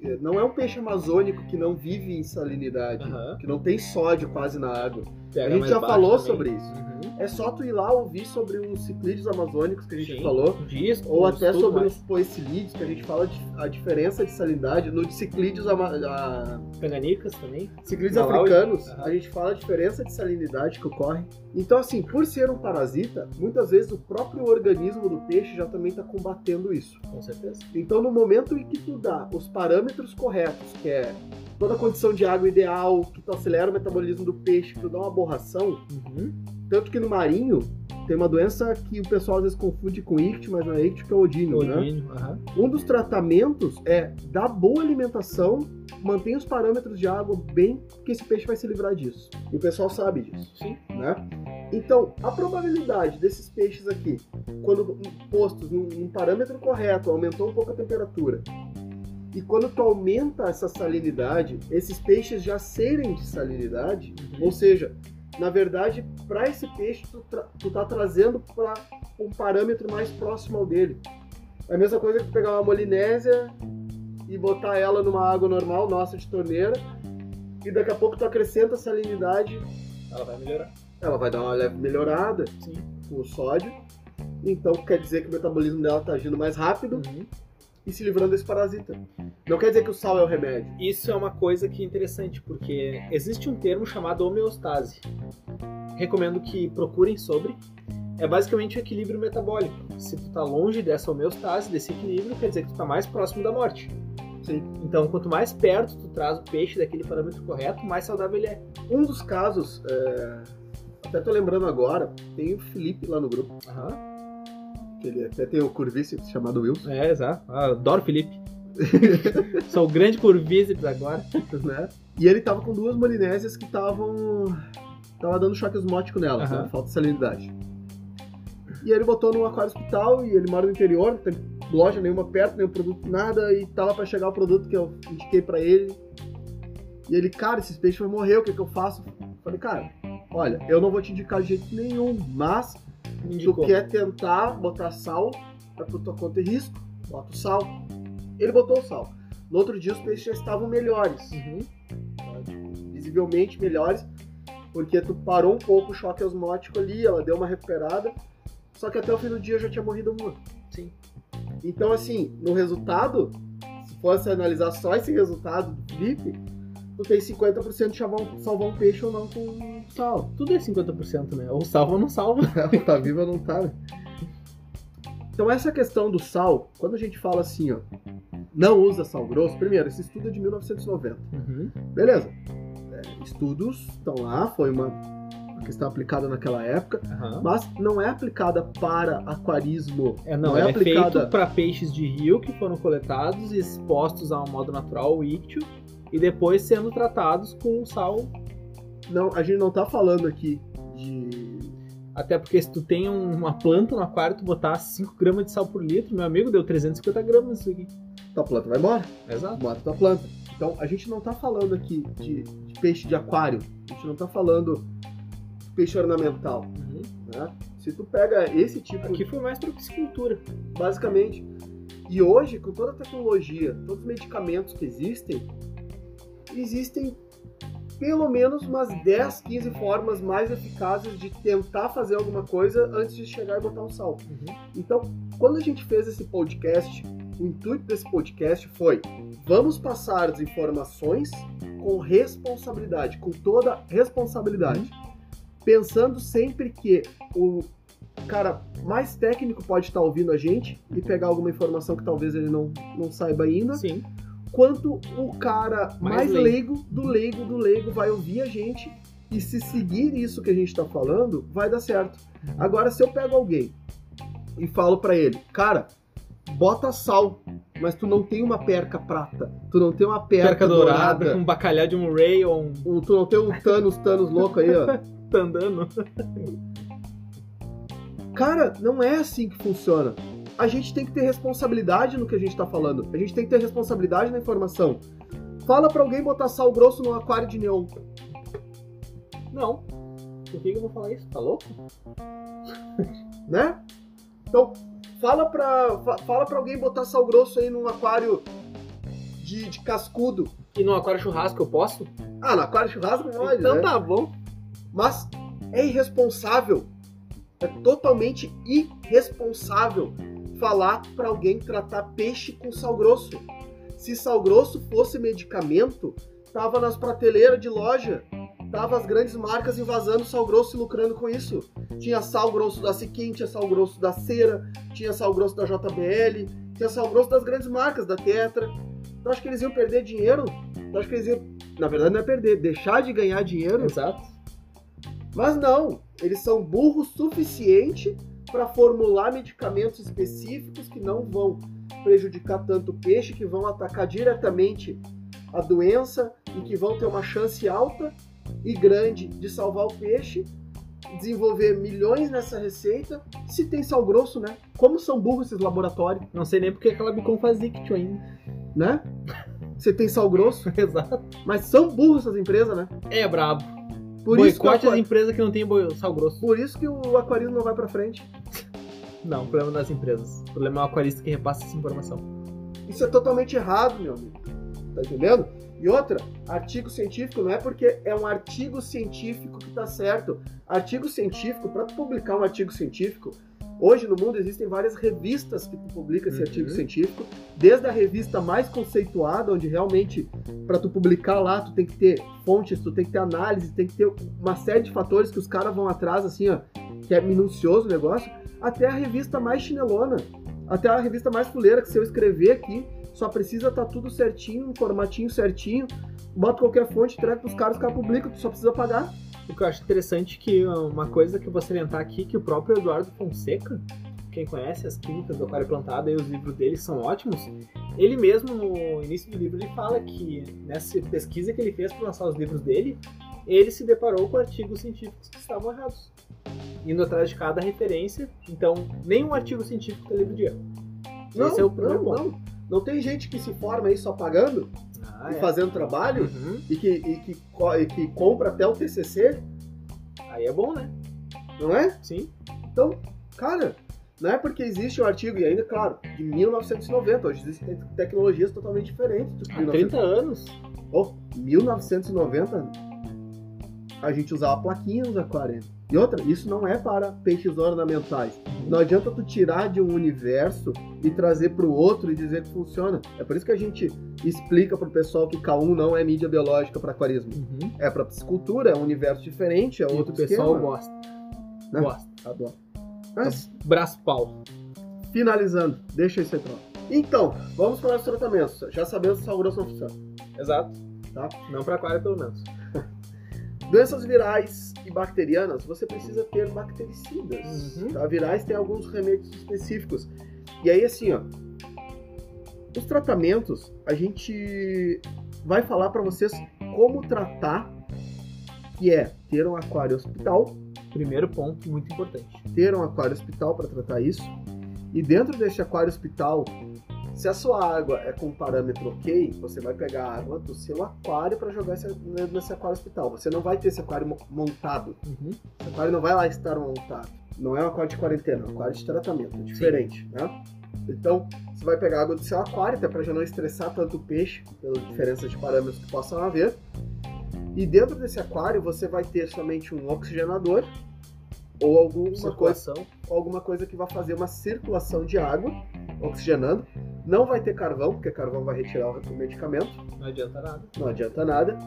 Speaker 2: eh, não é um peixe amazônico que não vive em salinidade,
Speaker 1: Aham.
Speaker 2: que não tem sódio quase na água.
Speaker 1: Pega
Speaker 2: a gente
Speaker 1: mais
Speaker 2: já
Speaker 1: baixo
Speaker 2: falou
Speaker 1: também.
Speaker 2: sobre isso.
Speaker 1: Uhum.
Speaker 2: É só tu ir lá ouvir sobre os ciclídeos amazônicos que a gente
Speaker 1: Sim. Um
Speaker 2: falou,
Speaker 1: Disco,
Speaker 2: ou até
Speaker 1: tudo
Speaker 2: sobre
Speaker 1: mais.
Speaker 2: os poecilídeos, que a gente fala de- a diferença de salinidade. No de ciclídeos, ama- a-
Speaker 1: Tanganicas também.
Speaker 2: ciclídeos
Speaker 1: Malawi.
Speaker 2: africanos,
Speaker 1: Aham.
Speaker 2: a gente fala a diferença de salinidade que ocorre. Então, assim, por ser um parasita, muitas vezes o próprio organismo do peixe já também está combatendo isso.
Speaker 1: Com certeza.
Speaker 2: Então, no momento em que tu dá os parâmetros corretos, que é toda a condição de água ideal, que tu acelera o metabolismo do peixe, que tu dá uma borração,
Speaker 1: Uhum.
Speaker 2: tanto que no marinho tem uma doença que o pessoal às vezes confunde com ictio, mas não é ictio que é odínio, né?
Speaker 1: Odínio, aham.
Speaker 2: Um dos tratamentos é dar boa alimentação, manter os parâmetros de água bem, porque esse peixe vai se livrar disso. E o pessoal sabe disso
Speaker 1: Sim.
Speaker 2: né? Então, a probabilidade desses peixes aqui, quando postos num, num parâmetro correto, aumentou um pouco a temperatura, e quando tu aumenta essa salinidade, esses peixes já serem de salinidade, ou seja, na verdade, para esse peixe, tu, tra- tu tá trazendo para um parâmetro mais próximo ao dele. É a mesma coisa que tu pegar uma molinésia e botar ela numa água normal, nossa, de torneira, e daqui a pouco tu acrescenta salinidade
Speaker 1: Ela vai melhorar.
Speaker 2: ela vai dar uma leve melhorada
Speaker 1: Sim.
Speaker 2: com o sódio. Então quer dizer que o metabolismo dela está agindo mais rápido
Speaker 1: Uhum.
Speaker 2: e se livrando desse parasita. Não quer dizer que o sal é o remédio.
Speaker 1: Isso é uma coisa que é interessante, porque existe um termo chamado homeostase. Recomendo que procurem sobre. É basicamente o equilíbrio metabólico. Se tu tá longe dessa homeostase, desse equilíbrio, quer dizer que tu tá mais próximo da morte.
Speaker 2: Sim.
Speaker 1: Então, quanto mais perto tu traz o peixe daquele parâmetro correto, mais saudável ele é.
Speaker 2: Um dos casos, é, até tô lembrando agora, tem o Felipe lá no grupo,
Speaker 1: Aham.
Speaker 2: que ele até tem o curvíceps chamado Wilson,
Speaker 1: É, exato. Ah, adoro o Felipe. Sou o grande curvíceps agora.
Speaker 2: né? E ele tava com duas molinésias que estavam. Tava dando choque osmótico nelas,
Speaker 1: Aham.
Speaker 2: né? Falta de salinidade. E ele botou num aquário hospital e ele mora no interior, não tem loja nenhuma perto, nenhum produto, nada, e tava pra chegar o produto que eu indiquei pra ele. E ele, cara, esses peixes vão morrer, o que que eu faço? Falei, cara, olha, eu não vou te indicar de jeito nenhum, mas
Speaker 1: Me
Speaker 2: tu
Speaker 1: indicou.
Speaker 2: quer tentar botar sal, é por tua conta e risco, bota o sal. Ele botou o sal. No outro dia os peixes já estavam melhores
Speaker 1: Uhum.
Speaker 2: visivelmente melhores, porque tu parou um pouco o choque osmótico ali, ela deu uma recuperada, só que até o fim do dia já tinha morrido uma.
Speaker 1: Sim.
Speaker 2: Então, assim, no resultado, se fosse analisar só esse resultado do Felipe, tu tem 50% de salvar um, salvar um peixe ou não com sal.
Speaker 1: Tudo é 50%, né? Ou salva ou não salva.
Speaker 2: tá viva ou não tá, né? Então, essa questão do sal, quando a gente fala assim, ó, não usa sal grosso, primeiro, esse estudo é de 1990.
Speaker 1: Uhum.
Speaker 2: Beleza. É, estudos estão lá, foi uma uma questão aplicada naquela época,
Speaker 1: Aham.
Speaker 2: mas não é aplicada para aquarismo.
Speaker 1: É, não,
Speaker 2: Não é
Speaker 1: é,
Speaker 2: aplicada-
Speaker 1: feito para peixes de rio que foram coletados e expostos a um modo natural, o ictio, e depois sendo tratados com sal.
Speaker 2: Não, a gente não tá falando aqui de.
Speaker 1: Até porque se tu tem um- uma planta no aquário, tu botar 5 gramas de sal por litro, meu amigo, deu 350 gramas isso aqui.
Speaker 2: Tua planta vai embora,
Speaker 1: Exato.
Speaker 2: mata tua planta. Então a gente não tá falando aqui de, de peixe de aquário. A gente não tá falando de peixe ornamental.
Speaker 1: Uhum.
Speaker 2: Né? Se tu pega esse tipo
Speaker 1: Aqui foi mais pra piscicultura.
Speaker 2: basicamente. E hoje, com toda a tecnologia, todos os medicamentos que existem, existem pelo menos umas 10, 15 formas mais eficazes de tentar fazer alguma coisa antes de chegar e botar um sal.
Speaker 1: Uhum.
Speaker 2: Então, quando a gente fez esse podcast, o intuito desse podcast foi: vamos passar as informações com responsabilidade, com toda responsabilidade, pensando sempre que o cara mais técnico pode estar ouvindo a gente e pegar alguma informação que talvez ele não, não saiba ainda,
Speaker 1: Sim.
Speaker 2: quanto o cara mais,
Speaker 1: Mais
Speaker 2: leigo. do leigo do leigo vai ouvir a gente e se seguir isso que a gente está falando, vai dar certo. Agora, se eu pego alguém e falo para ele, cara, bota sal, mas tu não tem uma perca prata, tu não tem uma perca,
Speaker 1: Perca
Speaker 2: dourada,
Speaker 1: dourada, com um bacalhau de um ray ou um
Speaker 2: um- tu não tem um Thanos, Thanos louco aí, ó.
Speaker 1: tandano.
Speaker 2: Cara, não é assim que funciona. A gente tem que ter responsabilidade no que a gente tá falando. A gente tem que ter responsabilidade na informação. Fala pra alguém botar sal grosso num aquário de neon.
Speaker 1: Não. Por que que eu vou falar isso? Tá louco?
Speaker 2: né? Então, fala pra, fa- fala pra alguém botar sal grosso aí num aquário de, de cascudo.
Speaker 1: E no aquário churrasco eu posso?
Speaker 2: Ah, na aquário churrasco pode,
Speaker 1: então
Speaker 2: né?
Speaker 1: tá bom.
Speaker 2: Mas é irresponsável. É totalmente irresponsável falar pra alguém tratar peixe com sal grosso. Se sal grosso fosse medicamento, tava nas prateleiras de loja. Tava as grandes marcas invasando sal grosso e lucrando com isso. Tinha sal grosso da Siquim, tinha sal grosso da Cera, tinha sal grosso da JBL, tinha sal grosso das grandes marcas, da Tetra. Tu acha que eles iam perder dinheiro? Tu acha que eles iam... Na verdade não é perder, deixar de ganhar dinheiro?
Speaker 1: Exato.
Speaker 2: Mas não, eles são burros suficiente para formular medicamentos específicos que não vão prejudicar tanto o peixe, que vão atacar diretamente a doença e que vão ter uma chance alta e grande de salvar o peixe, desenvolver milhões nessa receita, se tem sal grosso, né? Como são burros esses laboratórios,
Speaker 1: Não sei nem porque aquela Bicom faz ictio ainda.
Speaker 2: né? Você tem sal grosso,
Speaker 1: Exato.
Speaker 2: mas são burros essas empresas, né?
Speaker 1: É brabo.
Speaker 2: Por isso, que o
Speaker 1: Boicote as
Speaker 2: aqua-
Speaker 1: empresas que não tem boi- sal grosso.
Speaker 2: por isso que o aquarismo não vai para frente.
Speaker 1: Não, o problema das empresas. O problema é o aquarista que repassa essa informação.
Speaker 2: Isso é totalmente errado, meu amigo. Tá entendendo? E outra, artigo científico não é porque é um artigo científico que tá certo. Artigo científico, para publicar um artigo científico, hoje no mundo existem várias revistas que tu publica esse
Speaker 1: Uhum.
Speaker 2: artigo científico, desde a revista mais conceituada, onde realmente para tu publicar lá, tu tem que ter fontes, tu tem que ter análise, tem que ter uma série de fatores que os caras vão atrás assim, ó, que é minucioso o negócio, até a revista mais chinelona, até a revista mais fuleira que se eu escrever aqui, só precisa estar tudo certinho, um formatinho certinho, bota qualquer fonte, entrega pros caras, os caras publicam, tu só precisa pagar.
Speaker 1: O que eu acho interessante é que ó, uma coisa que eu vou salientar aqui, que o próprio Eduardo Fonseca, quem conhece as clínicas do aquário plantado e os livros dele são ótimos, ele mesmo no início do livro ele fala que nessa pesquisa que ele fez para lançar os livros dele, ele se deparou com artigos científicos que estavam errados. Indo atrás de cada referência, então nenhum artigo científico tá livre de erro. Esse é o primeiro
Speaker 2: não,
Speaker 1: ponto.
Speaker 2: não. Não tem gente que se forma aí só pagando
Speaker 1: Ah,
Speaker 2: e fazendo trabalho
Speaker 1: Uhum.
Speaker 2: e que, e, que, co- e que compra até o TCC,
Speaker 1: Aí é bom, né?
Speaker 2: não é?
Speaker 1: Sim.
Speaker 2: Então, cara, não é porque existe um artigo, e ainda, claro, de 1990, hoje existem te- tecnologias totalmente diferentes. do que
Speaker 1: Há
Speaker 2: 1990.
Speaker 1: 30 anos.
Speaker 2: Oh, 1990, a gente usava plaquinha nos aquários. E outra, isso não é para peixes ornamentais. Não adianta tu tirar de um universo e trazer para o outro e dizer que funciona. É por isso que a gente explica pro pessoal que K1 não é mídia biológica para aquarismo.
Speaker 1: Uhum.
Speaker 2: É para piscicultura, é um universo diferente, é
Speaker 1: E
Speaker 2: outro
Speaker 1: o pessoal
Speaker 2: esquema.
Speaker 1: gosta.
Speaker 2: Né?
Speaker 1: Gosta. Tá
Speaker 2: Adoro. Mas,
Speaker 1: Braço pau.
Speaker 2: Finalizando, deixa isso aí pra lá. Então, vamos para os tratamentos. Já sabemos que é sal grosso não funciona.
Speaker 1: Exato.
Speaker 2: Tá.
Speaker 1: Não pra aquário, pelo menos.
Speaker 2: Doenças virais e bacterianas, você precisa ter bactericidas.
Speaker 1: Uhum.
Speaker 2: Tá? Virais tem alguns remédios específicos. E aí, assim, ó. Os tratamentos, a gente vai falar para vocês como tratar, que é ter um aquário hospital,
Speaker 1: Primeiro ponto muito importante.
Speaker 2: ter um aquário hospital para tratar isso. E dentro desse aquário hospital, se a sua água é com parâmetro ok, você vai pegar a água do seu aquário para jogar esse- né, nesse aquário hospital. Você não vai ter esse aquário mo- montado.
Speaker 1: Uhum.
Speaker 2: Esse aquário não vai lá estar montado. Não é um aquário de quarentena, é um aquário de tratamento, é diferente, né? Então, você vai pegar a água do seu aquário, até para já não estressar tanto o peixe, pelas diferenças de parâmetros que possam haver. E dentro desse aquário, você vai ter somente um oxigenador ou alguma coisa
Speaker 1: Circulação.
Speaker 2: alguma coisa que vai fazer uma circulação de água, oxigenando. Não vai ter carvão, porque carvão vai retirar o medicamento,
Speaker 1: Não adianta nada.
Speaker 2: não adianta nada.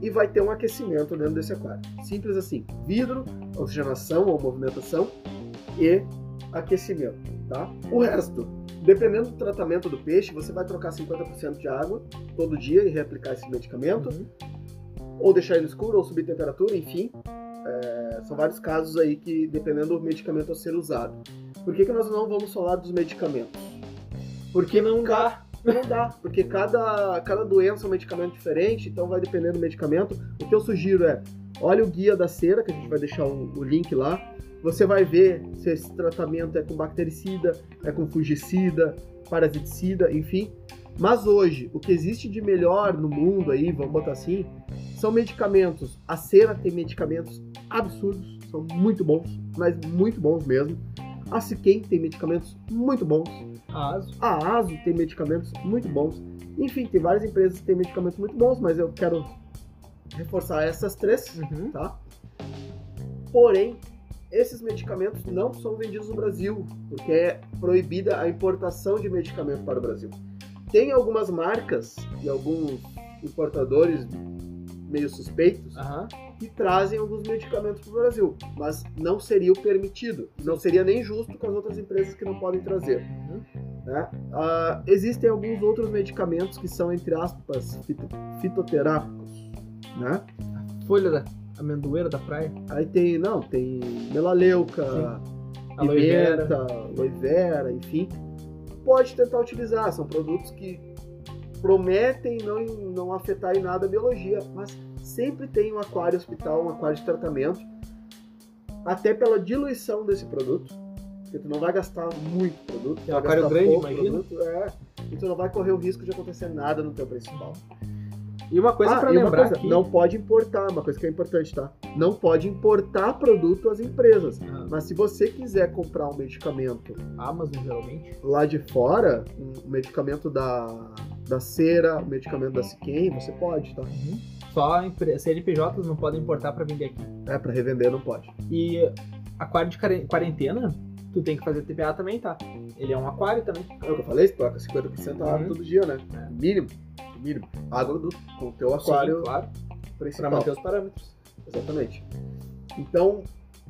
Speaker 2: E vai ter um aquecimento dentro desse aquário. Simples assim: vidro, oxigenação ou movimentação e aquecimento, tá? O resto, dependendo do tratamento do peixe, você vai trocar 50% de água todo dia e reaplicar esse medicamento
Speaker 1: Uhum.
Speaker 2: ou deixar ele escuro, ou subir temperatura, enfim. É, são vários casos aí que, dependendo do medicamento a ser usado. Por que, que nós não vamos falar dos medicamentos?
Speaker 1: Porque não dá.
Speaker 2: Não dá, porque cada, cada doença é um medicamento diferente, então vai depender do medicamento. O que eu sugiro é, olha o guia da cera, que a gente vai deixar o, o link lá. Você vai ver se esse tratamento é com bactericida, é com fungicida, parasiticida, enfim. Mas hoje, o que existe de melhor no mundo aí, vamos botar assim, são medicamentos. A cera tem medicamentos absurdos, são muito bons, mas muito bons mesmo. A Siquem tem medicamentos muito bons.
Speaker 1: A A ASO.
Speaker 2: A ASO tem medicamentos muito bons. Enfim, tem várias empresas que têm medicamentos muito bons, mas eu quero reforçar essas três,
Speaker 1: Uhum.
Speaker 2: tá? Porém, esses medicamentos não são vendidos no Brasil, porque é proibida a importação de medicamento para o Brasil. Tem algumas marcas e alguns importadores meio suspeitos
Speaker 1: Aham.
Speaker 2: que trazem alguns medicamentos para o Brasil, mas não seria o permitido, não seria nem justo com as outras empresas que não podem trazer.
Speaker 1: Uhum.
Speaker 2: né? Ah, existem alguns outros medicamentos que são, entre aspas, fito- fitoterápicos, né?
Speaker 1: Folha da amendoeira da praia.
Speaker 2: Aí tem, não, tem melaleuca,
Speaker 1: Aloe vera.
Speaker 2: pimenta, aloe vera, enfim. Pode tentar utilizar, são produtos que prometem não, não afetar em nada a biologia, mas sempre tem um aquário hospital, um aquário de tratamento, até pela diluição desse produto, porque tu não vai gastar muito produto.
Speaker 1: É um
Speaker 2: vai
Speaker 1: aquário
Speaker 2: gastar
Speaker 1: grande,
Speaker 2: pouco
Speaker 1: imagina.
Speaker 2: Produto, é, e tu não vai correr o risco de acontecer nada no teu principal.
Speaker 1: E uma coisa
Speaker 2: Ah,
Speaker 1: pra
Speaker 2: e uma
Speaker 1: lembrar
Speaker 2: coisa,
Speaker 1: aqui.
Speaker 2: não pode importar, uma coisa que é importante, tá? Não pode importar produto às empresas.
Speaker 1: Ah,
Speaker 2: Mas se você quiser comprar um medicamento
Speaker 1: Amazon, geralmente.
Speaker 2: lá de fora, um medicamento da, da cera, um medicamento da Siquem, você pode, tá?
Speaker 1: Só empre- CNPJs não podem importar pra vender aqui.
Speaker 2: É, pra revender não pode.
Speaker 1: E aquário de quaren- quarentena, tu tem que fazer TPA também, tá? Ele é um aquário também.
Speaker 2: É o que eu falei, você troca 50% a água
Speaker 1: Uhum.
Speaker 2: todo dia, né?
Speaker 1: É.
Speaker 2: Mínimo, mínimo. Água do, com o teu aquário
Speaker 1: Sim, claro. Pra
Speaker 2: principal.
Speaker 1: manter os parâmetros.
Speaker 2: Exatamente. Então,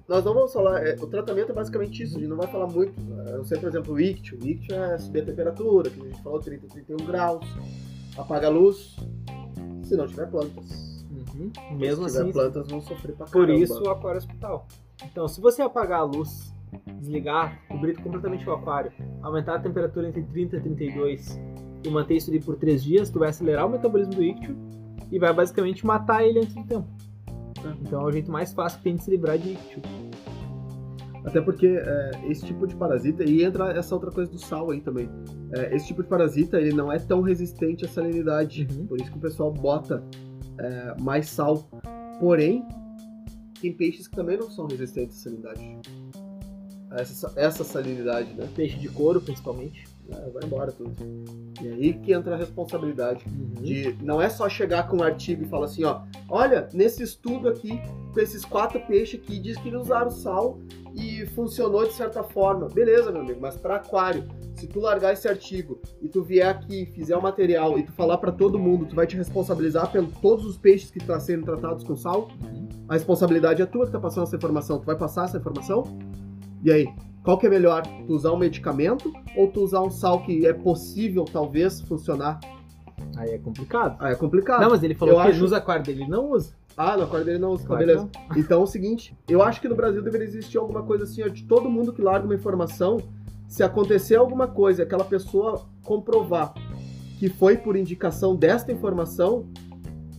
Speaker 2: nós não vamos falar. é, o tratamento é basicamente isso, a gente não vai falar muito. é, Eu sei, por exemplo, o ICT. O ICT é subir a temperatura, que a gente falou, 30, 31 graus. Apaga a luz. Se não tiver plantas.
Speaker 1: Uhum. Mesmo
Speaker 2: Se tiver
Speaker 1: assim,
Speaker 2: plantas, vão sofrer pra
Speaker 1: Por
Speaker 2: caramba.
Speaker 1: isso o aquário é hospital. Então, se você apagar a luz, desligar, cobrir completamente o aquário, aumentar a temperatura entre 30 e 32 e manter isso ali por 3 dias, tu vai acelerar o metabolismo do íctio e vai basicamente matar ele antes do tempo. Então é o jeito mais fácil que tem de se livrar de íctio.
Speaker 2: Até porque é, esse tipo de parasita, e entra essa outra coisa do sal aí também. É, esse tipo de parasita, ele não é tão resistente à salinidade.
Speaker 1: Uhum.
Speaker 2: Por isso que o pessoal bota é, mais sal. Porém, tem peixes que também não são resistentes à salinidade. A Essa, sa- essa salinidade, né?
Speaker 1: Peixe de couro, principalmente.
Speaker 2: É, vai embora tudo. E aí que entra a responsabilidade.
Speaker 1: Uhum.
Speaker 2: De, não é só chegar com um artigo e falar assim, ó, olha, nesse estudo aqui, com esses quatro peixes aqui, diz que eles usaram sal e funcionou de certa forma. Beleza, meu amigo, mas para aquário, se tu largar esse artigo e tu vier aqui, fizer o material e tu falar para todo mundo, tu vai te responsabilizar pelo todos os peixes que estão sendo tratados com sal?
Speaker 1: Uhum.
Speaker 2: A responsabilidade é tua que tá passando essa informação. Tu vai passar essa informação? E aí, qual que é melhor? Tu usar um medicamento ou tu usar um sal que é possível, talvez, funcionar?
Speaker 1: Aí é complicado.
Speaker 2: Ah, é complicado.
Speaker 1: não, mas ele falou
Speaker 2: eu
Speaker 1: que
Speaker 2: acho-
Speaker 1: nos aquários dele ele não usa.
Speaker 2: Ah, no aquário dele não usa, tá,
Speaker 1: Claro que
Speaker 2: beleza. Então é o seguinte, eu acho que no Brasil deveria existir alguma coisa assim, ó, de todo mundo que larga uma informação, se acontecer alguma coisa, e aquela pessoa comprovar que foi por indicação desta informação,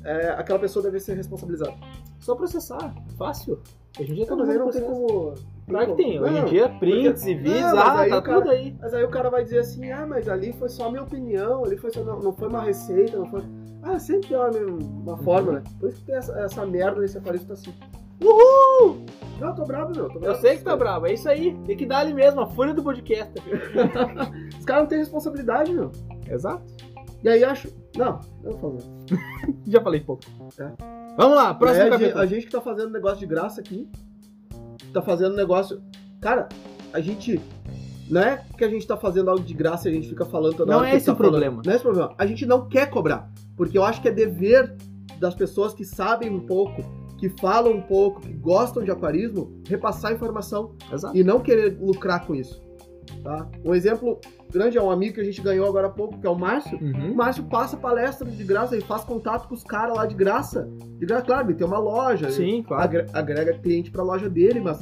Speaker 2: é, aquela pessoa deve ser responsabilizada.
Speaker 1: Só processar. Fácil. Hoje em dia tá
Speaker 2: Não, Então, mas aí
Speaker 1: fazendo
Speaker 2: não tem
Speaker 1: processo.
Speaker 2: como...
Speaker 1: Claro que tem. Hoje em
Speaker 2: Não,
Speaker 1: dia, prints
Speaker 2: porque-
Speaker 1: e vídeos,
Speaker 2: Não, mas
Speaker 1: ah,
Speaker 2: aí
Speaker 1: tá
Speaker 2: o cara-
Speaker 1: tudo aí.
Speaker 2: Mas aí o cara vai dizer assim, ah, mas ali foi só a minha opinião, ali foi só, não, não foi uma receita, não foi... Ah, sempre tem uma, uma
Speaker 1: Uhum.
Speaker 2: forma, né? Por isso que tem essa, essa merda nesse aparelho tá assim... Uhul! Não, tô brabo, meu. Tô brabo
Speaker 1: Eu sei que tá bravo, é isso aí. Tem que dar ali mesmo, a folha do podcast.
Speaker 2: Os caras não têm responsabilidade, meu.
Speaker 1: Exato.
Speaker 2: E aí acho. Não, não vou fazer.
Speaker 1: Já falei pouco.
Speaker 2: Tá.
Speaker 1: Vamos lá, próximo
Speaker 2: É, a, gente,
Speaker 1: capítulo.
Speaker 2: a gente que tá fazendo negócio de graça aqui. Tá fazendo negócio. Cara, a gente. Não é que a gente tá fazendo algo de graça e a gente fica falando toda
Speaker 1: Não
Speaker 2: hora
Speaker 1: é
Speaker 2: que
Speaker 1: esse
Speaker 2: tá
Speaker 1: o problema.
Speaker 2: falando. Não é esse o problema. A gente não quer cobrar. Porque eu acho que é dever das pessoas que sabem um pouco, que falam um pouco, que gostam de aquarismo, repassar informação
Speaker 1: Exato.
Speaker 2: e não querer lucrar com isso. Tá? Um exemplo grande é um amigo que a gente ganhou agora há pouco, que é o Márcio. O
Speaker 1: Uhum.
Speaker 2: Márcio passa palestra de graça, ele faz contato com os caras lá de graça. De graça, claro, ele tem uma loja, ele
Speaker 1: Sim, claro.
Speaker 2: agre- agrega cliente pra loja dele, mas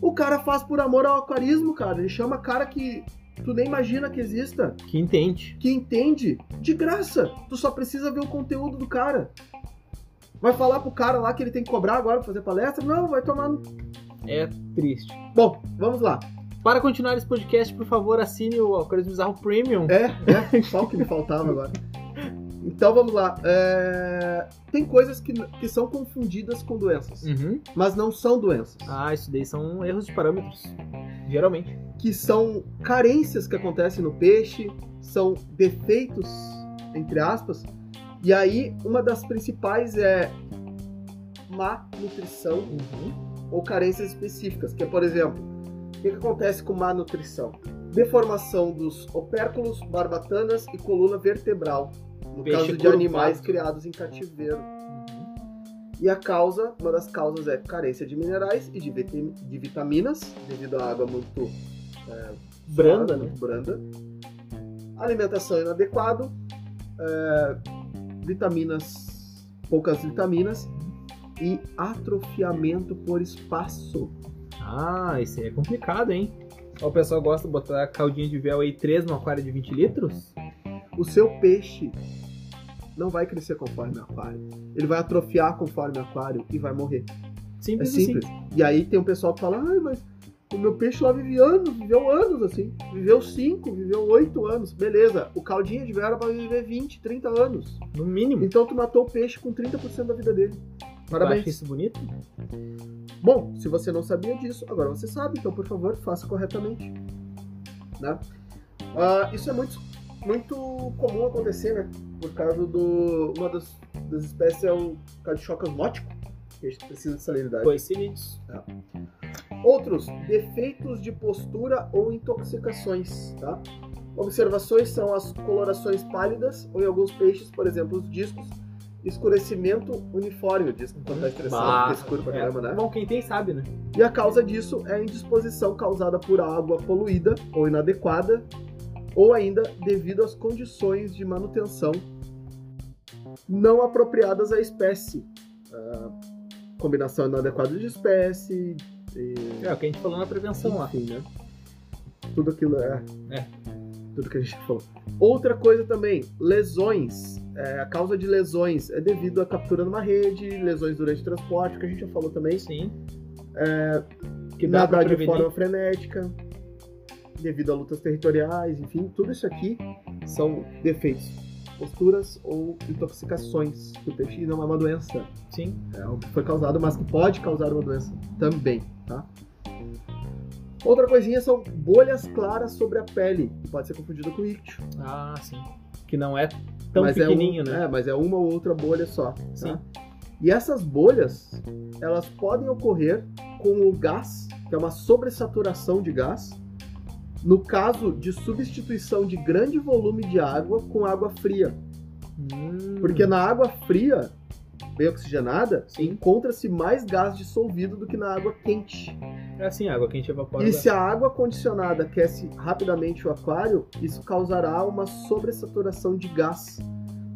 Speaker 2: o cara faz por amor ao aquarismo, cara. Ele chama cara que tu nem imagina que exista,
Speaker 1: Que entende.
Speaker 2: que entende, de graça. Tu só precisa ver o conteúdo do cara. Vai falar pro cara lá que ele tem que cobrar agora pra fazer palestra? Não, vai tomar. no-
Speaker 1: É triste.
Speaker 2: Bom, vamos lá.
Speaker 1: Para continuar esse podcast, por favor, assine o Alcoolismo Bizarro Premium.
Speaker 2: É, é, só o que me faltava agora. Então vamos lá. É, Tem coisas que, que são confundidas com doenças,
Speaker 1: Uhum.
Speaker 2: mas não são doenças.
Speaker 1: Ah, isso daí são erros de parâmetros. Geralmente.
Speaker 2: Que são carências que acontecem no peixe, são defeitos, entre aspas. E aí, uma das principais é má nutrição ou carências específicas, que é, por exemplo, o que, que acontece com má nutrição? Deformação dos opérculos, barbatanas e coluna vertebral, no
Speaker 1: Peixe
Speaker 2: caso de
Speaker 1: curvado.
Speaker 2: animais criados em cativeiro. E a causa, uma das causas é carência de minerais e de, vit- de vitaminas, devido à água muito
Speaker 1: Branda,
Speaker 2: suada,
Speaker 1: né?
Speaker 2: muito branda. Alimentação inadequada, é, vitaminas, poucas vitaminas e atrofiamento por espaço.
Speaker 1: Ah, isso aí é complicado, hein? Ó, O pessoal gosta de botar caldinha de véu aí 3 no aquário de 20 litros?
Speaker 2: O seu peixe não vai crescer conforme o aquário. Ele vai atrofiar conforme o aquário e vai morrer. É
Speaker 1: Simples,
Speaker 2: simples.
Speaker 1: assim.
Speaker 2: E aí tem um pessoal que fala, ai, mas o meu peixe lá vive anos, viveu anos assim. Viveu 5, viveu 8 anos. Beleza, o caldinho de vera vai viver 20, 30 anos.
Speaker 1: No mínimo.
Speaker 2: Então tu matou o peixe com 30% da vida dele.
Speaker 1: Parabéns.
Speaker 2: Parabéns.
Speaker 1: Acha isso bonito?
Speaker 2: Bom, se você não sabia disso, agora você sabe, então por favor, faça corretamente. Né? Ah, isso é muito, muito comum acontecer, né? Por causa do. Uma das, das espécies é o cadichoca osmótico, que a gente precisa de salinidade.
Speaker 1: Pois silídeos.
Speaker 2: Outros, defeitos de postura ou intoxicações, tá? Observações são as colorações pálidas ou em alguns peixes, por exemplo, os discos, escurecimento uniforme, o disco quando tá estressado,
Speaker 1: Bah,
Speaker 2: fica escuro pra
Speaker 1: é.
Speaker 2: caramba, né?
Speaker 1: Bom, quem tem sabe, né?
Speaker 2: E a causa disso é a indisposição causada por água poluída ou inadequada, ou ainda devido às condições de manutenção não apropriadas à espécie. Ah, combinação inadequada de espécie, e-
Speaker 1: É o que a gente falou na prevenção lá.
Speaker 2: enfim, né? Tudo aquilo é.
Speaker 1: É.
Speaker 2: Tudo que a gente falou. Outra coisa também, lesões. É, a causa de lesões é devido à captura numa rede, lesões durante transporte, que a gente já falou também.
Speaker 1: Sim. É... Que dá pra
Speaker 2: nadar de
Speaker 1: prevenir.
Speaker 2: forma frenética, devido a lutas territoriais, enfim, tudo isso aqui são defeitos, posturas ou intoxicações. O peixe não é uma doença,
Speaker 1: Sim.
Speaker 2: é algo que foi causado, mas que pode causar uma doença também, tá? Outra coisinha são bolhas claras sobre a pele, que pode ser confundida com ictio.
Speaker 1: Ah, sim. Que não é tão
Speaker 2: mas
Speaker 1: pequenininho,
Speaker 2: é um-
Speaker 1: né?
Speaker 2: É, mas é uma ou outra bolha só. tá?
Speaker 1: Sim.
Speaker 2: E essas bolhas, elas podem ocorrer com o gás, que é uma sobressaturação de gás, no caso de substituição de grande volume de água com água fria.
Speaker 1: Hum.
Speaker 2: Porque na água fria, bem oxigenada,
Speaker 1: Sim.
Speaker 2: encontra-se mais gás dissolvido do que na água quente.
Speaker 1: É assim, a água quente evapora.
Speaker 2: E se a água condicionada aquece rapidamente o aquário, isso causará uma sobressaturação de gás,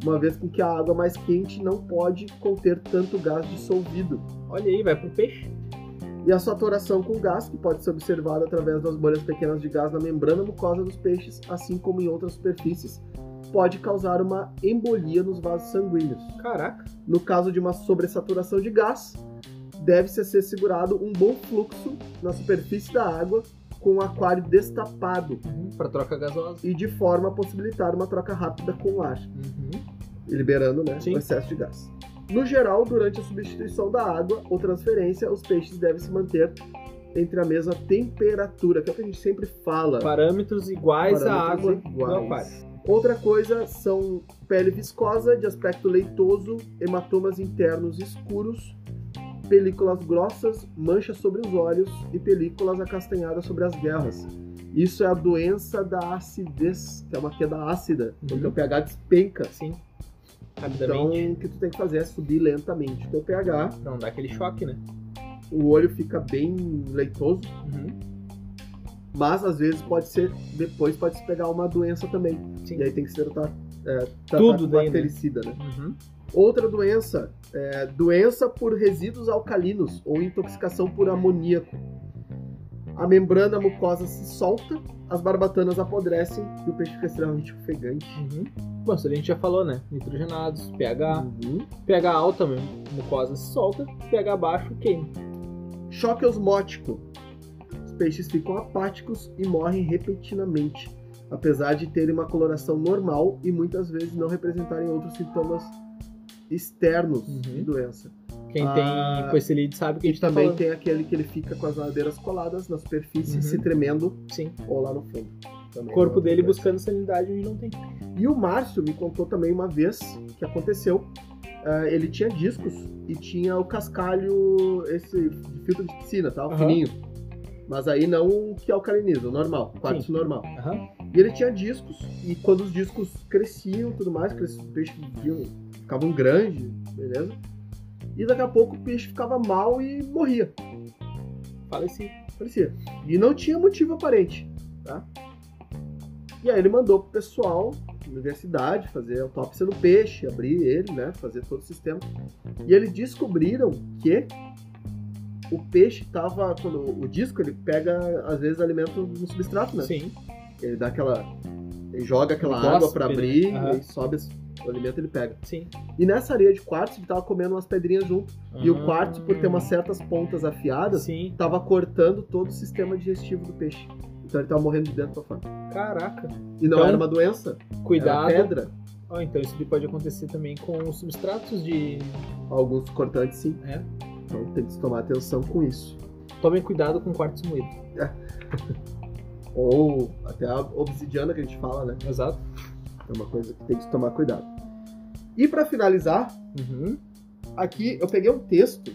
Speaker 2: uma vez com que a água mais quente não pode conter tanto gás dissolvido.
Speaker 1: Olha aí, vai pro peixe.
Speaker 2: E a saturação com gás, que pode ser observada através das bolhas pequenas de gás na membrana mucosa dos peixes, assim como em outras superfícies, pode causar uma embolia nos vasos sanguíneos.
Speaker 1: Caraca.
Speaker 2: No caso de uma sobressaturação de gás, deve-se ser segurado um bom fluxo na superfície da água com o aquário destapado
Speaker 1: Uhum. Pra troca gasosa.
Speaker 2: e de forma a possibilitar uma troca rápida com o ar,
Speaker 1: Uhum.
Speaker 2: liberando né,
Speaker 1: Sim.
Speaker 2: o excesso de gás. No geral, durante a substituição da água ou transferência, os peixes devem se manter entre a mesma temperatura, que é o que a gente sempre fala.
Speaker 1: Parâmetros iguais à água
Speaker 2: Parâmetros
Speaker 1: do
Speaker 2: iguais.
Speaker 1: aquário.
Speaker 2: Outra coisa são pele viscosa, de aspecto leitoso, hematomas internos escuros, películas grossas, manchas sobre os olhos e películas acastanhadas sobre as guerras. Isso é a doença da acidez, que é uma queda ácida,
Speaker 1: Uhum.
Speaker 2: quando teu pH despenca.
Speaker 1: Sim.
Speaker 2: Então,
Speaker 1: Rapidamente.
Speaker 2: o que tu tem que fazer é subir lentamente o teu pH,
Speaker 1: Pra não dar aquele choque, né?
Speaker 2: o olho fica bem leitoso,
Speaker 1: Uhum.
Speaker 2: mas às vezes pode ser, depois pode se pegar uma doença também.
Speaker 1: Sim.
Speaker 2: E aí tem que ser tratar, é, tratar
Speaker 1: Tudo
Speaker 2: com
Speaker 1: daí, né?
Speaker 2: bactericida, né?
Speaker 1: Uhum.
Speaker 2: Outra doença é doença por resíduos alcalinos ou intoxicação por amoníaco. A membrana mucosa se solta, as barbatanas apodrecem e o peixe fica extremamente ofegante.
Speaker 1: Uhum. Bom, isso a gente já falou, né? Nitrogenados, pH.
Speaker 2: Uhum.
Speaker 1: pH alta mesmo, mucosa se solta. pH baixo, queima.
Speaker 2: Choque osmótico. Os peixes ficam apáticos e morrem repentinamente. apesar de terem uma coloração normal e muitas vezes não representarem outros sintomas externos de
Speaker 1: Uhum.
Speaker 2: doença.
Speaker 1: Quem
Speaker 2: Ah,
Speaker 1: tem coicilide sabe o que a
Speaker 2: E
Speaker 1: gente tá
Speaker 2: também
Speaker 1: falando.
Speaker 2: tem aquele que ele fica com as nadeiras coladas na superfície,
Speaker 1: Uhum.
Speaker 2: se tremendo
Speaker 1: Sim.
Speaker 2: ou lá no fundo. Também
Speaker 1: O corpo
Speaker 2: é
Speaker 1: dele
Speaker 2: outra
Speaker 1: buscando sanidade onde não tem.
Speaker 2: E o Márcio me contou também uma vez que aconteceu. ah, ele tinha discos e tinha o cascalho, esse de filtro de piscina, tal,
Speaker 1: Aham.
Speaker 2: fininho. Mas aí não o que alcaliniza, o normal, quartzo normal.
Speaker 1: Aham.
Speaker 2: E ele tinha discos, e quando os discos cresciam e tudo mais, cresciam, os peixes viam, ficavam grandes, beleza? E daqui a pouco o peixe ficava mal e morria
Speaker 1: Fala esse.
Speaker 2: parecia. E não tinha motivo aparente, tá? E aí ele mandou pro pessoal da universidade fazer autópsia no peixe, abrir ele, né, fazer todo o sistema. E eles descobriram que o peixe tava quando o disco ele pega às vezes alimento no substrato, né?
Speaker 1: Sim.
Speaker 2: Ele dá aquela ele joga aquela
Speaker 1: Ele
Speaker 2: água
Speaker 1: gospe,
Speaker 2: para
Speaker 1: né?
Speaker 2: abrir,
Speaker 1: Aham.
Speaker 2: e aí sobe as- o alimento ele pega.
Speaker 1: Sim.
Speaker 2: E nessa areia de quartzo ele tava comendo umas pedrinhas junto. E
Speaker 1: Ah.
Speaker 2: o quartzo, por ter umas certas pontas afiadas,
Speaker 1: Sim.
Speaker 2: tava cortando todo o sistema digestivo do peixe. Então ele tava morrendo de dentro pra fora.
Speaker 1: Caraca.
Speaker 2: E não
Speaker 1: Então,
Speaker 2: era uma doença,
Speaker 1: Cuidado.
Speaker 2: era pedra.
Speaker 1: Ó, então isso pode acontecer também com os substratos de.
Speaker 2: Alguns cortantes sim.
Speaker 1: É.
Speaker 2: Então tem que se tomar atenção com isso.
Speaker 1: Tomem cuidado com quartos moídos.
Speaker 2: Ou até a obsidiana que a gente fala, né?
Speaker 1: Exato.
Speaker 2: É uma coisa que tem que se tomar cuidado. E pra finalizar,
Speaker 1: Uhum.
Speaker 2: aqui eu peguei um texto.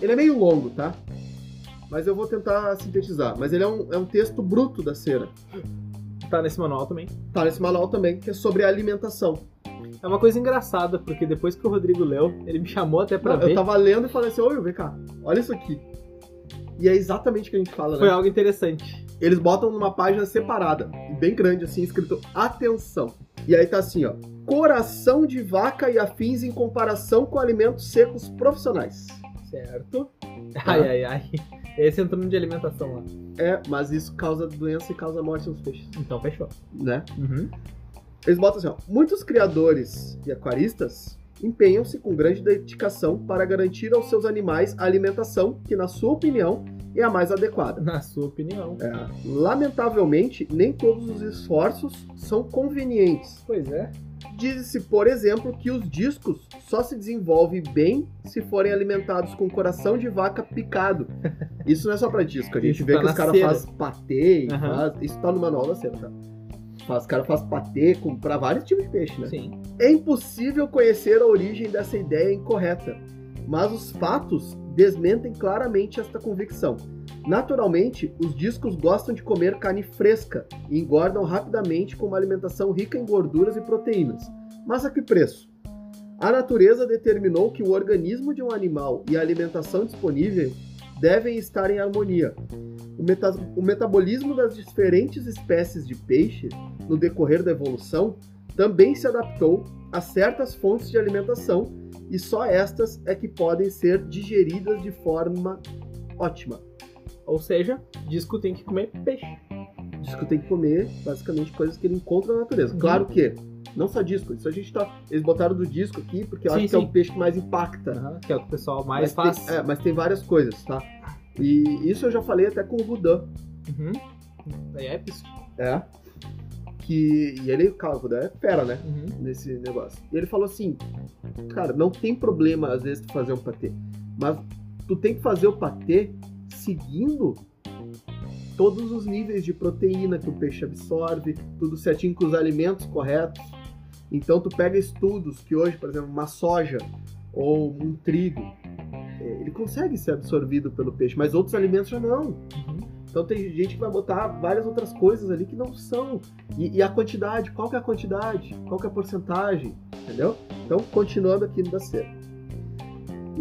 Speaker 2: Ele é meio longo, tá? Mas eu vou tentar sintetizar. Mas ele é um, é um texto bruto da cera.
Speaker 1: Tá nesse manual também.
Speaker 2: Tá nesse manual também, que é sobre alimentação.
Speaker 1: É uma coisa engraçada, porque depois que o Rodrigo leu, ele me chamou até pra
Speaker 2: Não,
Speaker 1: ver.
Speaker 2: eu tava lendo e falei assim, ô, Will, vem cá, olha isso aqui. E é exatamente o que a gente fala, né?
Speaker 1: Foi algo interessante.
Speaker 2: Eles botam numa página separada, bem grande assim, escrito atenção. E aí tá assim, ó. Coração de vaca e afins em comparação com alimentos secos profissionais.
Speaker 1: Certo.
Speaker 2: Tá.
Speaker 1: Ai, ai, ai. Esse entrando de alimentação lá.
Speaker 2: É, mas isso causa doença e causa morte nos peixes,
Speaker 1: Então fechou.
Speaker 2: né?
Speaker 1: Uhum.
Speaker 2: Eles botam assim, ó. Muitos criadores e aquaristas empenham-se com grande dedicação para garantir aos seus animais a alimentação que, na sua opinião, é a mais adequada.
Speaker 1: Na sua opinião.
Speaker 2: É, Lamentavelmente, nem todos os esforços são convenientes.
Speaker 1: Pois é.
Speaker 2: Diz-se, por exemplo, que os discos só se desenvolvem bem se forem alimentados com coração de vaca picado. Isso não é só pra disco, a gente
Speaker 1: Isso
Speaker 2: vê
Speaker 1: tá
Speaker 2: que os
Speaker 1: na
Speaker 2: caras
Speaker 1: cera.
Speaker 2: fazem patê, e
Speaker 1: Aham.
Speaker 2: faz... isso tá no manual da cena, tá? Os caras fazem patê com... pra vários tipos de peixe, né?
Speaker 1: Sim.
Speaker 2: É impossível conhecer a origem dessa ideia incorreta, mas os fatos desmentem claramente esta convicção. Naturalmente, os discos gostam de comer carne fresca e engordam rapidamente com uma alimentação rica em gorduras e proteínas. Mas a que preço? A natureza determinou que o organismo de um animal e a alimentação disponível devem estar em harmonia. O, meta- o metabolismo das diferentes espécies de peixe, no decorrer da evolução, também se adaptou a certas fontes de alimentação e só estas é que podem ser digeridas de forma ótima.
Speaker 1: Ou seja, disco tem que comer peixe.
Speaker 2: Diz que tem que comer basicamente coisas que ele encontra na natureza.
Speaker 1: Uhum.
Speaker 2: Claro que não só disco, isso a gente tá. Eles botaram do disco aqui porque eu
Speaker 1: Sim,
Speaker 2: acho que é
Speaker 1: sim.
Speaker 2: o peixe que mais impacta.
Speaker 1: Aham, Que é o que o pessoal mais
Speaker 2: Tá. mas,
Speaker 1: faz.
Speaker 2: tem, é, mas tem várias coisas, tá? E isso eu já falei até com o Rudan.
Speaker 1: Uhum. Daí é peixe.
Speaker 2: É. Que. E ele, cara, o Rudan é fera, né?
Speaker 1: Uhum.
Speaker 2: nesse negócio. E ele falou assim: Cara, não tem problema às vezes tu fazer um patê, mas tu tem que fazer o patê seguindo todos os níveis de proteína que o peixe absorve, tudo certinho com os alimentos corretos. Então tu pega estudos que hoje, por exemplo, uma soja ou um trigo, eh, ele consegue ser absorvido pelo peixe, mas outros alimentos já não.
Speaker 1: Uhum.
Speaker 2: Então tem gente que vai botar várias outras coisas ali que não são. E, e a quantidade, qual que é a quantidade? Qual que é a porcentagem? Entendeu? Então, continuando aqui no da cera.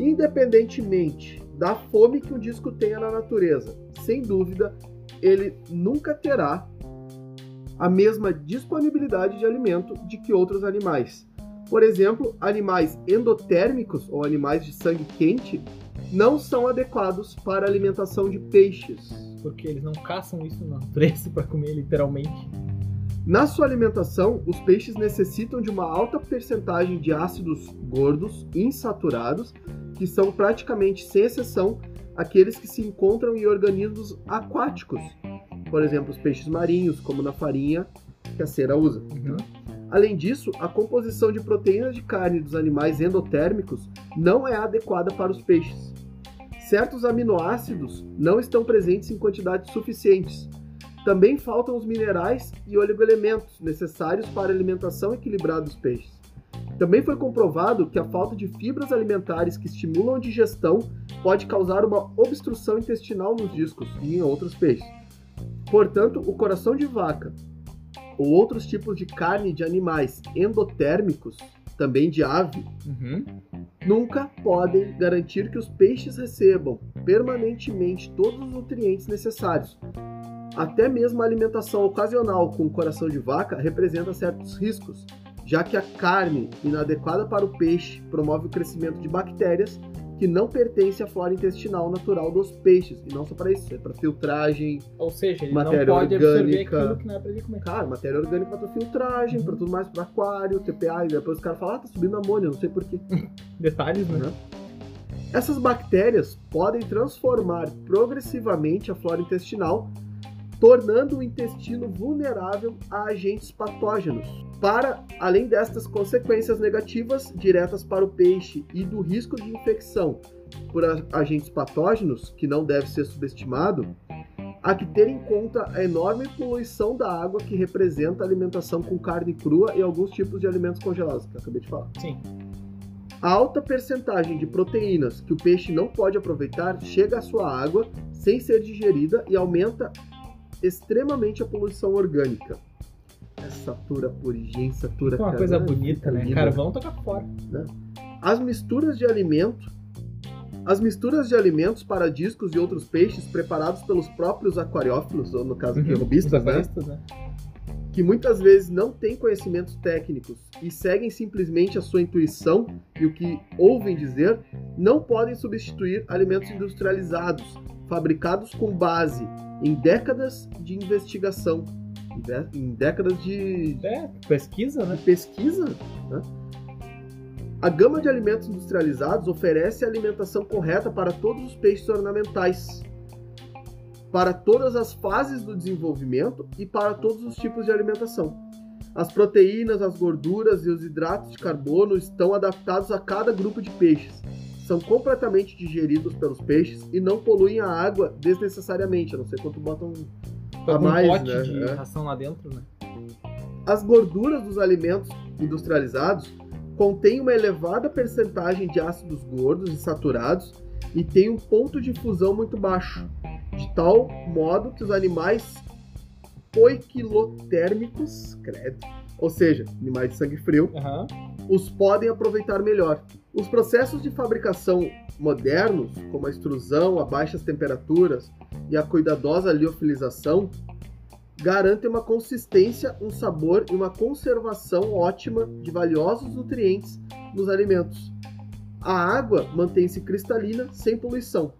Speaker 2: Independentemente da fome que o disco tenha na natureza, sem dúvida, ele nunca terá a mesma disponibilidade de alimento de que outros animais. Por exemplo, animais endotérmicos ou animais de sangue quente não são adequados para a alimentação de peixes.
Speaker 1: Porque eles não caçam isso na natureza pra comer, literalmente.
Speaker 2: Na sua alimentação, os peixes necessitam de uma alta percentagem de ácidos gordos insaturados, que são praticamente sem exceção aqueles que se encontram em organismos aquáticos, por exemplo, os peixes marinhos, como na farinha que a cera usa.
Speaker 1: Uhum.
Speaker 2: Além disso, a composição de proteínas de carne dos animais endotérmicos não é adequada para os peixes. Certos aminoácidos não estão presentes em quantidades suficientes. Também faltam os minerais e oligoelementos necessários para a alimentação equilibrada dos peixes. Também foi comprovado que a falta de fibras alimentares que estimulam a digestão pode causar uma obstrução intestinal nos discos e em outros peixes. Portanto, o coração de vaca, ou outros tipos de carne de animais endotérmicos, também de ave,
Speaker 1: Uhum.
Speaker 2: nunca podem garantir que os peixes recebam permanentemente todos os nutrientes necessários. Até mesmo a alimentação ocasional com coração de vaca representa certos riscos, já que a carne inadequada para o peixe promove o crescimento de bactérias que não pertencem à flora intestinal natural dos peixes. E não só para isso, é para filtragem,
Speaker 1: Ou seja, ele
Speaker 2: Matéria
Speaker 1: não pode absorver
Speaker 2: orgânica.
Speaker 1: aquilo que não é pra ele comer.
Speaker 2: Cara, matéria orgânica pra tua filtragem, pra tudo mais, pra aquário, TPA, e depois os caras falam, ah, tá subindo amônia, não sei porquê.
Speaker 1: Detalhes, né?
Speaker 2: Essas bactérias podem transformar progressivamente a flora intestinal, tornando o intestino vulnerável a agentes patógenos. Para além destas consequências negativas diretas para o peixe e do risco de infecção por a- agentes patógenos, que não deve ser subestimado, há que ter em conta a enorme poluição da água que representa a alimentação com carne crua e alguns tipos de alimentos congelados, que eu acabei de falar.
Speaker 1: Sim.
Speaker 2: A alta percentagem de proteínas que o peixe não pode aproveitar chega à sua água sem ser digerida e aumenta extremamente a poluição orgânica. Essa tura purigem, satura
Speaker 1: Uma
Speaker 2: cara,
Speaker 1: coisa
Speaker 2: né?
Speaker 1: bonita, né?
Speaker 2: Linda.
Speaker 1: Carvão toca fora.
Speaker 2: As misturas de alimento. As misturas de alimentos para discos e outros peixes preparados pelos próprios aquariófilos, ou no
Speaker 1: Uhum,
Speaker 2: caso aqui,
Speaker 1: Os
Speaker 2: robistas, né?
Speaker 1: aquaristas, né?
Speaker 2: que muitas vezes não têm conhecimentos técnicos e seguem simplesmente a sua intuição e o que ouvem dizer, não podem substituir alimentos industrializados, fabricados com base em décadas de investigação, em dé- em décadas de,
Speaker 1: É, pesquisa, né?
Speaker 2: de pesquisa. né? A gama de alimentos industrializados oferece a alimentação correta para todos os peixes ornamentais, para todas as fases do desenvolvimento e para todos os tipos de alimentação. As proteínas, as gorduras e os hidratos de carbono estão adaptados a cada grupo de peixes. São completamente digeridos pelos peixes e não poluem a água desnecessariamente, a não ser quanto botam
Speaker 1: Tá com
Speaker 2: mais,
Speaker 1: um pote
Speaker 2: né?
Speaker 1: de
Speaker 2: É.
Speaker 1: ração lá dentro, né?
Speaker 2: as gorduras dos alimentos industrializados contêm uma elevada percentagem de ácidos gordos e saturados e têm um ponto de fusão muito baixo, de tal modo que os animais poiquilotérmicos, credo, ou seja, animais de sangue frio,
Speaker 1: Aham.
Speaker 2: os podem aproveitar melhor. Os processos de fabricação modernos, como a extrusão a baixas temperaturas e a cuidadosa liofilização, garantem uma consistência, um sabor e uma conservação ótima de valiosos nutrientes nos alimentos. A água mantém-se cristalina, sem poluição.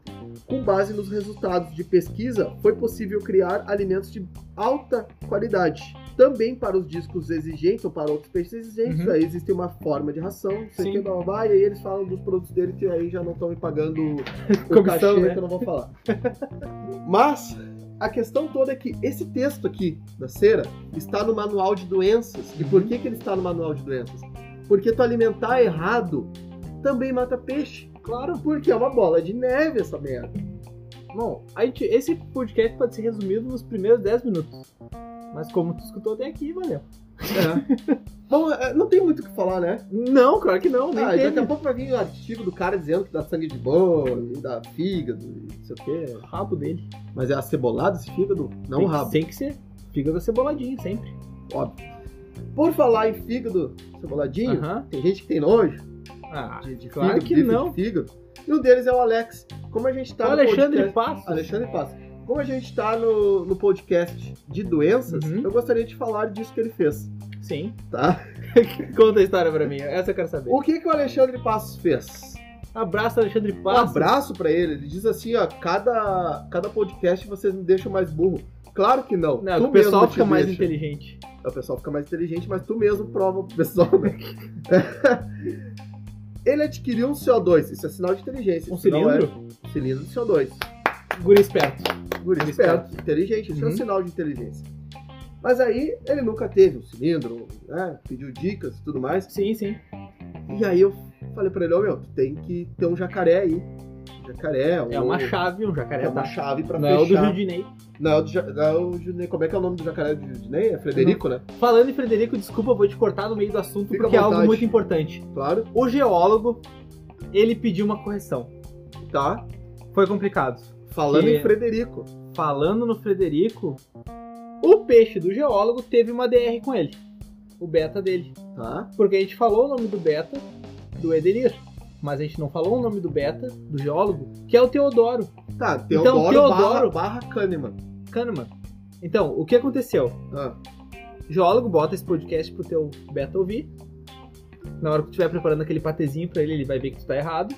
Speaker 2: Com base nos resultados de pesquisa, foi possível criar alimentos de alta qualidade. Também para os discos exigentes ou para outros peixes exigentes,
Speaker 1: Uhum.
Speaker 2: aí existe uma forma de ração, não sei o que,
Speaker 1: Sim.
Speaker 2: blá, blá, blá, e aí eles falam dos produtos dele que aí já não estão me pagando o
Speaker 1: Comissão,
Speaker 2: cachê,
Speaker 1: né?
Speaker 2: que eu não vou falar. Mas a questão toda é que esse texto aqui da cera está no manual de doenças. E
Speaker 1: Uhum.
Speaker 2: por que, que ele está no manual de doenças? Porque tu alimentar errado também mata peixe. Claro, porque é uma bola de neve essa merda.
Speaker 1: Bom, a gente, esse podcast pode ser resumido nos primeiros 10 minutos. Mas como tu escutou até aqui, valeu.
Speaker 2: Bom, é, não tem muito o que falar, né?
Speaker 1: Não, claro que não, nem
Speaker 2: Ah, e
Speaker 1: teve.
Speaker 2: daqui a pouco vai vir um artigo do cara dizendo que dá sangue de boi, e dá fígado, e não sei o quê.
Speaker 1: O rabo dele.
Speaker 2: Mas é acebolado esse fígado? Não
Speaker 1: tem,
Speaker 2: o rabo.
Speaker 1: Tem que ser. Fígado ceboladinho, sempre.
Speaker 2: Por falar em fígado ceboladinho,
Speaker 1: Aham.
Speaker 2: tem gente que tem nojo.
Speaker 1: Ah,
Speaker 2: de, de
Speaker 1: claro
Speaker 2: fígado,
Speaker 1: que
Speaker 2: bife
Speaker 1: não.
Speaker 2: de fígado. E um deles é o Alex. Como a gente tá
Speaker 1: o
Speaker 2: no
Speaker 1: Alexandre
Speaker 2: podcast...
Speaker 1: Passos.
Speaker 2: Alexandre Passa. Como a gente tá no, no podcast de doenças,
Speaker 1: Uhum.
Speaker 2: eu gostaria de falar disso que ele fez,
Speaker 1: Sim.
Speaker 2: tá?
Speaker 1: Conta a história pra mim, essa eu quero saber.
Speaker 2: O que que o Alexandre Passos fez?
Speaker 1: Abraço, Alexandre
Speaker 2: Um
Speaker 1: Passos.
Speaker 2: abraço pra ele. Ele diz assim, ó, cada, cada podcast vocês me deixam mais burro. Claro que não.
Speaker 1: Não,
Speaker 2: Tu
Speaker 1: o pessoal
Speaker 2: mesmo te
Speaker 1: fica mais
Speaker 2: deixa.
Speaker 1: inteligente.
Speaker 2: O pessoal fica mais inteligente, mas tu mesmo prova pro pessoal, né? Ele adquiriu um CO2, isso é sinal de inteligência.
Speaker 1: Um
Speaker 2: isso não é-
Speaker 1: cilindro?
Speaker 2: cilindro de CO2.
Speaker 1: Guri esperto.
Speaker 2: Guri
Speaker 1: Guri
Speaker 2: esperto, inteligente, isso é um
Speaker 1: Uhum.
Speaker 2: sinal de inteligência. Mas aí ele nunca teve um cilindro, né? Pediu dicas e tudo mais.
Speaker 1: Sim, sim.
Speaker 2: E aí eu falei pra ele, ô meu, tu tem que ter um jacaré aí. Um Jacaré, um,
Speaker 1: É uma chave, um jacaré.
Speaker 2: é uma
Speaker 1: tá?
Speaker 2: chave pra
Speaker 1: Não é o do
Speaker 2: fechar.
Speaker 1: Judinei.
Speaker 2: Não, é o do ja- não é o Judinei. Como é que é o nome do jacaré do Judinei? É Frederico, né?
Speaker 1: Falando em Frederico, desculpa, eu vou te cortar no meio do assunto,
Speaker 2: Fica à
Speaker 1: porque é algo
Speaker 2: vontade.
Speaker 1: muito importante.
Speaker 2: Claro.
Speaker 1: O geólogo, ele pediu uma correção.
Speaker 2: Tá.
Speaker 1: Foi complicado.
Speaker 2: Falando
Speaker 1: Que- é-
Speaker 2: em Frederico.
Speaker 1: Falando no Frederico, o peixe do geólogo teve uma DR com ele. O beta dele.
Speaker 2: Tá.
Speaker 1: Porque a gente falou o nome do beta do Edenir. Mas a gente não falou o nome do beta, do geólogo, que é o Teodoro.
Speaker 2: Tá,
Speaker 1: Então,
Speaker 2: Teodoro,
Speaker 1: Teodoro-
Speaker 2: barra, barra Kahneman.
Speaker 1: Kahneman. Então, o que aconteceu?
Speaker 2: Ah,
Speaker 1: Geólogo, bota esse podcast pro teu Beto ouvir. Na hora que tu estiver preparando aquele patezinho pra ele, ele vai ver que tu tá errado.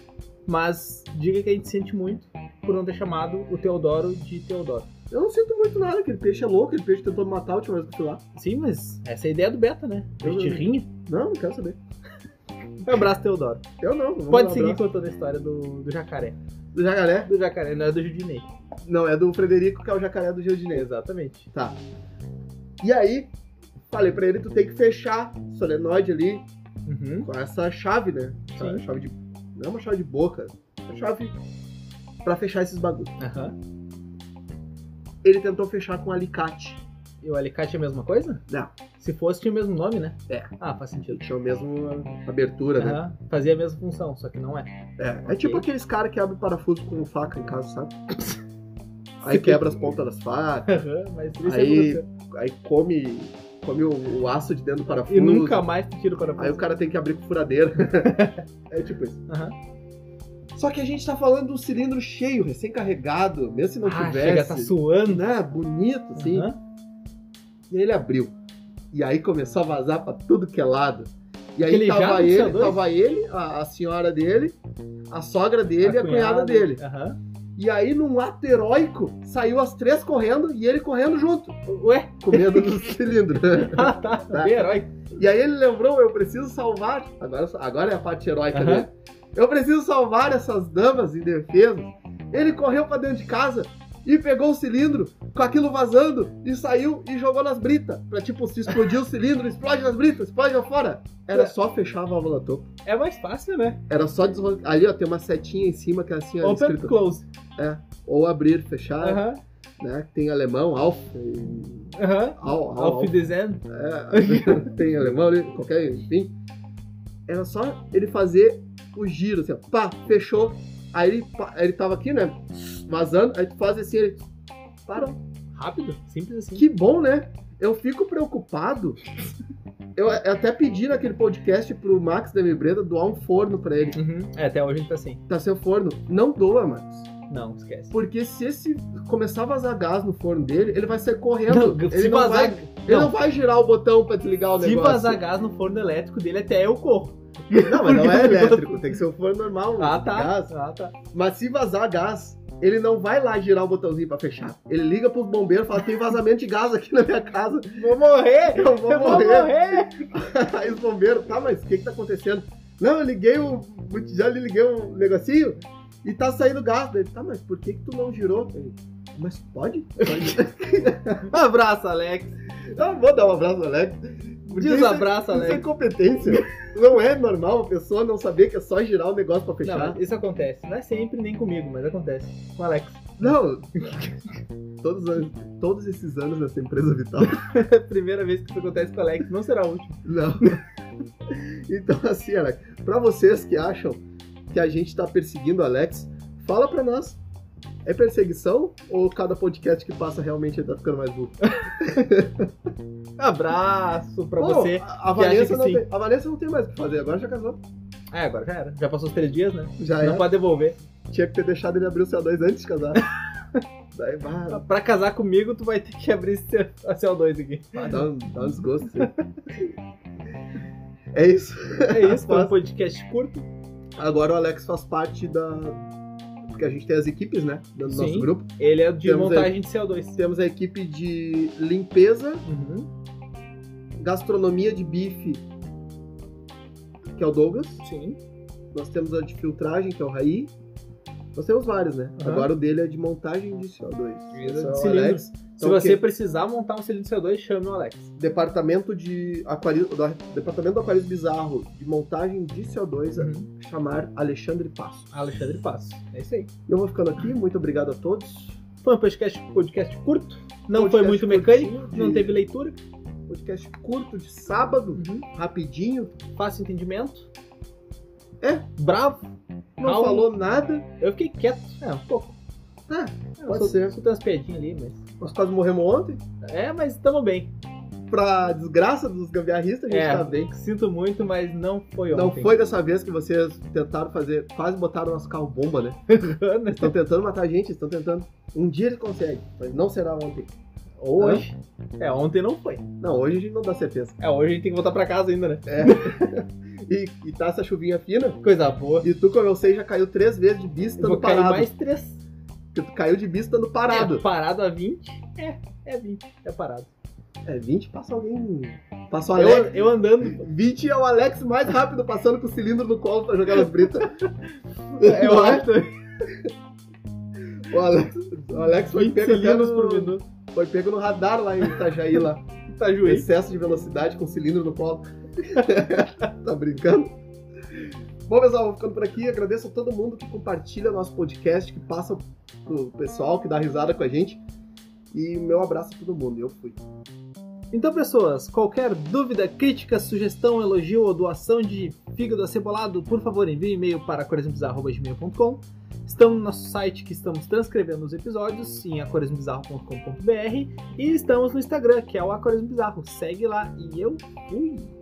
Speaker 1: Mas diga que a gente sente muito por não ter chamado o Teodoro de Teodoro.
Speaker 2: eu não sinto muito nada, aquele peixe é louco, aquele peixe tentou me matar a última vez que eu fui lá.
Speaker 1: Sim, mas essa é a ideia do Beta, né? A gente rinha.
Speaker 2: Não, não quero saber.
Speaker 1: Um abraço, Teodoro.
Speaker 2: Eu não. não
Speaker 1: Pode
Speaker 2: vou
Speaker 1: seguir
Speaker 2: lembrar.
Speaker 1: contando a história do, do jacaré.
Speaker 2: Do jacaré?
Speaker 1: Do jacaré, não é do Judinei.
Speaker 2: Não, é do Frederico, que é o jacaré do Judinei.
Speaker 1: Exatamente.
Speaker 2: Tá. E aí, falei pra ele, tu tem que fechar o solenoide ali
Speaker 1: Uhum.
Speaker 2: com essa chave, né? Essa
Speaker 1: Sim.
Speaker 2: chave de. Não é uma chave de boca, é uma chave pra fechar esses bagulhos.
Speaker 1: Aham.
Speaker 2: Ele tentou fechar com um alicate.
Speaker 1: E o alicate é a mesma coisa?
Speaker 2: Não.
Speaker 1: Se fosse, tinha o mesmo nome, né?
Speaker 2: É.
Speaker 1: Ah, faz sentido.
Speaker 2: Tinha a mesma abertura, né?
Speaker 1: Aham. Fazia a mesma função, só que não é.
Speaker 2: É,
Speaker 1: Ok.
Speaker 2: é tipo aqueles caras que abrem parafuso com faca em casa, sabe? Aí
Speaker 1: Sim.
Speaker 2: quebra as pontas das facas,
Speaker 1: Aham, mas isso é
Speaker 2: Aí-
Speaker 1: você.
Speaker 2: aí come, come o, o aço de dentro do parafuso.
Speaker 1: E nunca mais tu tira o parafuso.
Speaker 2: Aí o cara tem que abrir com furadeira. é tipo isso.
Speaker 1: Aham.
Speaker 2: Só que a gente tá falando de um cilindro cheio, recém-carregado, mesmo se não
Speaker 1: ah,
Speaker 2: tivesse.
Speaker 1: chega, tá suando.
Speaker 2: né? Bonito, assim.
Speaker 1: Aham.
Speaker 2: E aí ele abriu. E aí começou a vazar pra tudo que é lado. E aí
Speaker 1: Aquele jato
Speaker 2: tava
Speaker 1: do
Speaker 2: ele,
Speaker 1: CO2?
Speaker 2: tava ele, a, a senhora dele, a sogra dele e a cunhada dele.
Speaker 1: Aham.
Speaker 2: E aí, num ato heróico, saiu as três correndo e ele correndo junto,
Speaker 1: Ué?
Speaker 2: com medo do cilindro.
Speaker 1: Ah, tá.
Speaker 2: Tá.
Speaker 1: Bem herói.
Speaker 2: E aí ele lembrou, eu preciso salvar. Agora, agora é a parte heróica
Speaker 1: Aham.
Speaker 2: dele. Eu preciso salvar essas damas indefesas. Ele correu pra dentro de casa e pegou o cilindro com aquilo vazando e saiu e jogou nas britas. Pra tipo, se explodir o cilindro, explode nas britas, explode lá fora. Era só fechar a válvula topo.
Speaker 1: É mais fácil, né?
Speaker 2: Era só deslocar. Ali, ó, tem uma setinha em cima que é assim, ó,
Speaker 1: Open
Speaker 2: escrito.
Speaker 1: close.
Speaker 2: Ou abrir, fechar,
Speaker 1: Aham.
Speaker 2: né? Tem alemão, Alf. e-
Speaker 1: Aham.
Speaker 2: Al, Al,
Speaker 1: Auf
Speaker 2: Alf.
Speaker 1: Wiedersehen.
Speaker 2: É, tem alemão ali, qualquer, enfim. Era só ele fazer o giro, assim, ó, pá, fechou. Aí ele, pá, ele tava aqui, né? Vazando, aí tu faz assim, ele. Parou.
Speaker 1: Rápido, simples assim.
Speaker 2: Que bom, né? Eu fico preocupado. Eu a- até pedi naquele podcast pro Max da Mibreda doar um forno pra ele.
Speaker 1: Uhum. É, até hoje a gente tá assim.
Speaker 2: Tá sem forno. Não doa, Max.
Speaker 1: Não, esquece.
Speaker 2: Porque se esse começar a vazar gás no forno dele, ele vai sair correndo.
Speaker 1: Não,
Speaker 2: ele,
Speaker 1: se
Speaker 2: não
Speaker 1: vazar,
Speaker 2: vai, ele não vai girar o botão pra desligar o
Speaker 1: se
Speaker 2: negócio.
Speaker 1: vazar gás no forno elétrico dele, até eu corro.
Speaker 2: Não, mas não é elétrico, tem que ser um forno normal.
Speaker 1: Ah, tá.
Speaker 2: gás.
Speaker 1: Ah, tá.
Speaker 2: Mas se vazar gás, ele não vai lá girar o botãozinho pra fechar. Ele liga pros bombeiros e fala: tem vazamento de gás aqui na minha casa,
Speaker 1: Vou morrer!
Speaker 2: eu vou
Speaker 1: Eu vou
Speaker 2: morrer.
Speaker 1: morrer!
Speaker 2: Aí os bombeiros, tá, mas o que que tá acontecendo? Não, eu liguei o botijão, liguei o negocinho e tá saindo gás. Ele, tá, mas por que que tu não girou? Ele, mas pode? pode.
Speaker 1: Abraço, Alex.
Speaker 2: Tá, vou dar um abraço, no Alex. Porque isso é-
Speaker 1: Desabraço,
Speaker 2: Isso é
Speaker 1: um Alex.
Speaker 2: competência. Não é normal uma pessoa não saber que é só girar o negócio pra
Speaker 1: Não,
Speaker 2: fechar.
Speaker 1: mas isso acontece. Não é sempre nem comigo, mas acontece. Com o Alex.
Speaker 2: Não. Todos, os anos- todos esses anos nessa empresa vital.
Speaker 1: É a primeira vez que isso acontece com o Alex, não será a última.
Speaker 2: Não. Então, assim, Alex, pra vocês que acham que a gente tá perseguindo o Alex, fala pra nós. É perseguição ou cada podcast que passa realmente ele tá ficando mais burro?
Speaker 1: Um Abraço pra
Speaker 2: Bom,
Speaker 1: você.
Speaker 2: A, a
Speaker 1: que acha
Speaker 2: Vanessa
Speaker 1: que
Speaker 2: não
Speaker 1: sim.
Speaker 2: tem, a Vanessa não tem mais o que fazer, agora já casou.
Speaker 1: É, agora já era. Já passou os três dias, né?
Speaker 2: Já
Speaker 1: Não
Speaker 2: é.
Speaker 1: pode devolver.
Speaker 2: tinha que ter deixado ele abrir o CO2 antes de casar. Daí, bah,
Speaker 1: Pra- Pra casar comigo, tu vai ter que abrir esse- a CO2 aqui.
Speaker 2: bah, dá, um, dá um desgosto. isso aí. É isso.
Speaker 1: É isso, foi um
Speaker 2: Nossa.
Speaker 1: podcast curto.
Speaker 2: Agora o Alex faz parte da. Porque a gente tem as equipes, né? Do nosso
Speaker 1: Sim.
Speaker 2: grupo.
Speaker 1: Ele é de
Speaker 2: Temos
Speaker 1: montagem de CO2.
Speaker 2: Temos a equipe de limpeza,
Speaker 1: Uhum,
Speaker 2: gastronomia de bife, que é o Douglas.
Speaker 1: sim.
Speaker 2: Nós temos a de filtragem, que é o Raí. Nós temos vários, né?
Speaker 1: Aham.
Speaker 2: Agora o dele é de montagem de CO2.
Speaker 1: Medida
Speaker 2: Esse é
Speaker 1: de
Speaker 2: o
Speaker 1: cilindros.
Speaker 2: Alex.
Speaker 1: Se
Speaker 2: Então, o
Speaker 1: você
Speaker 2: quê?
Speaker 1: precisar montar um cilindro CO2, chame o Alex.
Speaker 2: Departamento de aquarismo, do, Departamento do Aquarismo Bizarro de montagem de CO2, a é chamar Alexandre Passo.
Speaker 1: Uhum. Alexandre Passos. É isso aí.
Speaker 2: Eu vou ficando aqui, muito obrigado a todos.
Speaker 1: Foi um podcast, podcast curto. Não
Speaker 2: Podcast
Speaker 1: foi muito mecânico.
Speaker 2: curtinho de-
Speaker 1: Não teve leitura.
Speaker 2: Podcast curto de sábado, rapidinho.
Speaker 1: Uhum. Fácil entendimento.
Speaker 2: É.
Speaker 1: Bravo.
Speaker 2: Não
Speaker 1: Raul.
Speaker 2: falou nada.
Speaker 1: Eu fiquei quieto. É, um pouco.
Speaker 2: Ah,
Speaker 1: Eu
Speaker 2: pode
Speaker 1: sou-
Speaker 2: ser.
Speaker 1: Sou tem umas piadinhas ali, mas...
Speaker 2: Nós quase morremos ontem.
Speaker 1: É, mas tamo bem.
Speaker 2: Pra desgraça dos gambiarristas, a gente
Speaker 1: É.
Speaker 2: tá bem.
Speaker 1: Sinto muito, mas não foi
Speaker 2: Não
Speaker 1: ontem.
Speaker 2: foi dessa vez que vocês tentaram fazer, quase botaram nosso carro bomba, né?
Speaker 1: Né?
Speaker 2: Estão tentando matar a gente, estão tentando. Um dia eles conseguem, mas não será ontem.
Speaker 1: Ou hoje. É, ontem não foi.
Speaker 2: Não, hoje a gente não dá certeza.
Speaker 1: É, hoje a gente tem que voltar pra casa ainda, né?
Speaker 2: E, e tá essa chuvinha fina.
Speaker 1: Coisa boa.
Speaker 2: E tu, como eu sei, já caiu três vezes de bis
Speaker 1: Eu
Speaker 2: estando
Speaker 1: vou cair
Speaker 2: parado.
Speaker 1: mais três.
Speaker 2: Porque tu caiu de bis estando parado.
Speaker 1: É, parado a 20? É, é 20. É parado.
Speaker 2: É, 20 passa alguém. Passa o Alex.
Speaker 1: Eu, eu andando.
Speaker 2: 20 é o Alex mais rápido passando com o cilindro no colo pra jogar as britas.
Speaker 1: É, eu
Speaker 2: Não é?
Speaker 1: acho também.
Speaker 2: O Alex, o Alex foi
Speaker 1: 20
Speaker 2: pego até
Speaker 1: cilindros
Speaker 2: no,
Speaker 1: por minuto.
Speaker 2: Foi pego no radar lá em Itajaí lá.
Speaker 1: Tá
Speaker 2: O
Speaker 1: juiz.
Speaker 2: excesso de velocidade com cilindro no colo. tá brincando? Bom, pessoal, vou ficando por aqui. Agradeço a todo mundo que compartilha nosso podcast, que passa pro pessoal, que dá risada com a gente. E meu abraço a todo mundo. Eu fui.
Speaker 1: Então, pessoas, qualquer dúvida, crítica, sugestão, elogio ou doação de fígado acebolado, por favor, envie um e-mail para aquarismobizarro.gmail.com. Estamos no nosso site que estamos transcrevendo os episódios em aquarismobizarro.com.br e estamos no Instagram, que é o Aquarismo Bizarro. Segue lá e eu fui!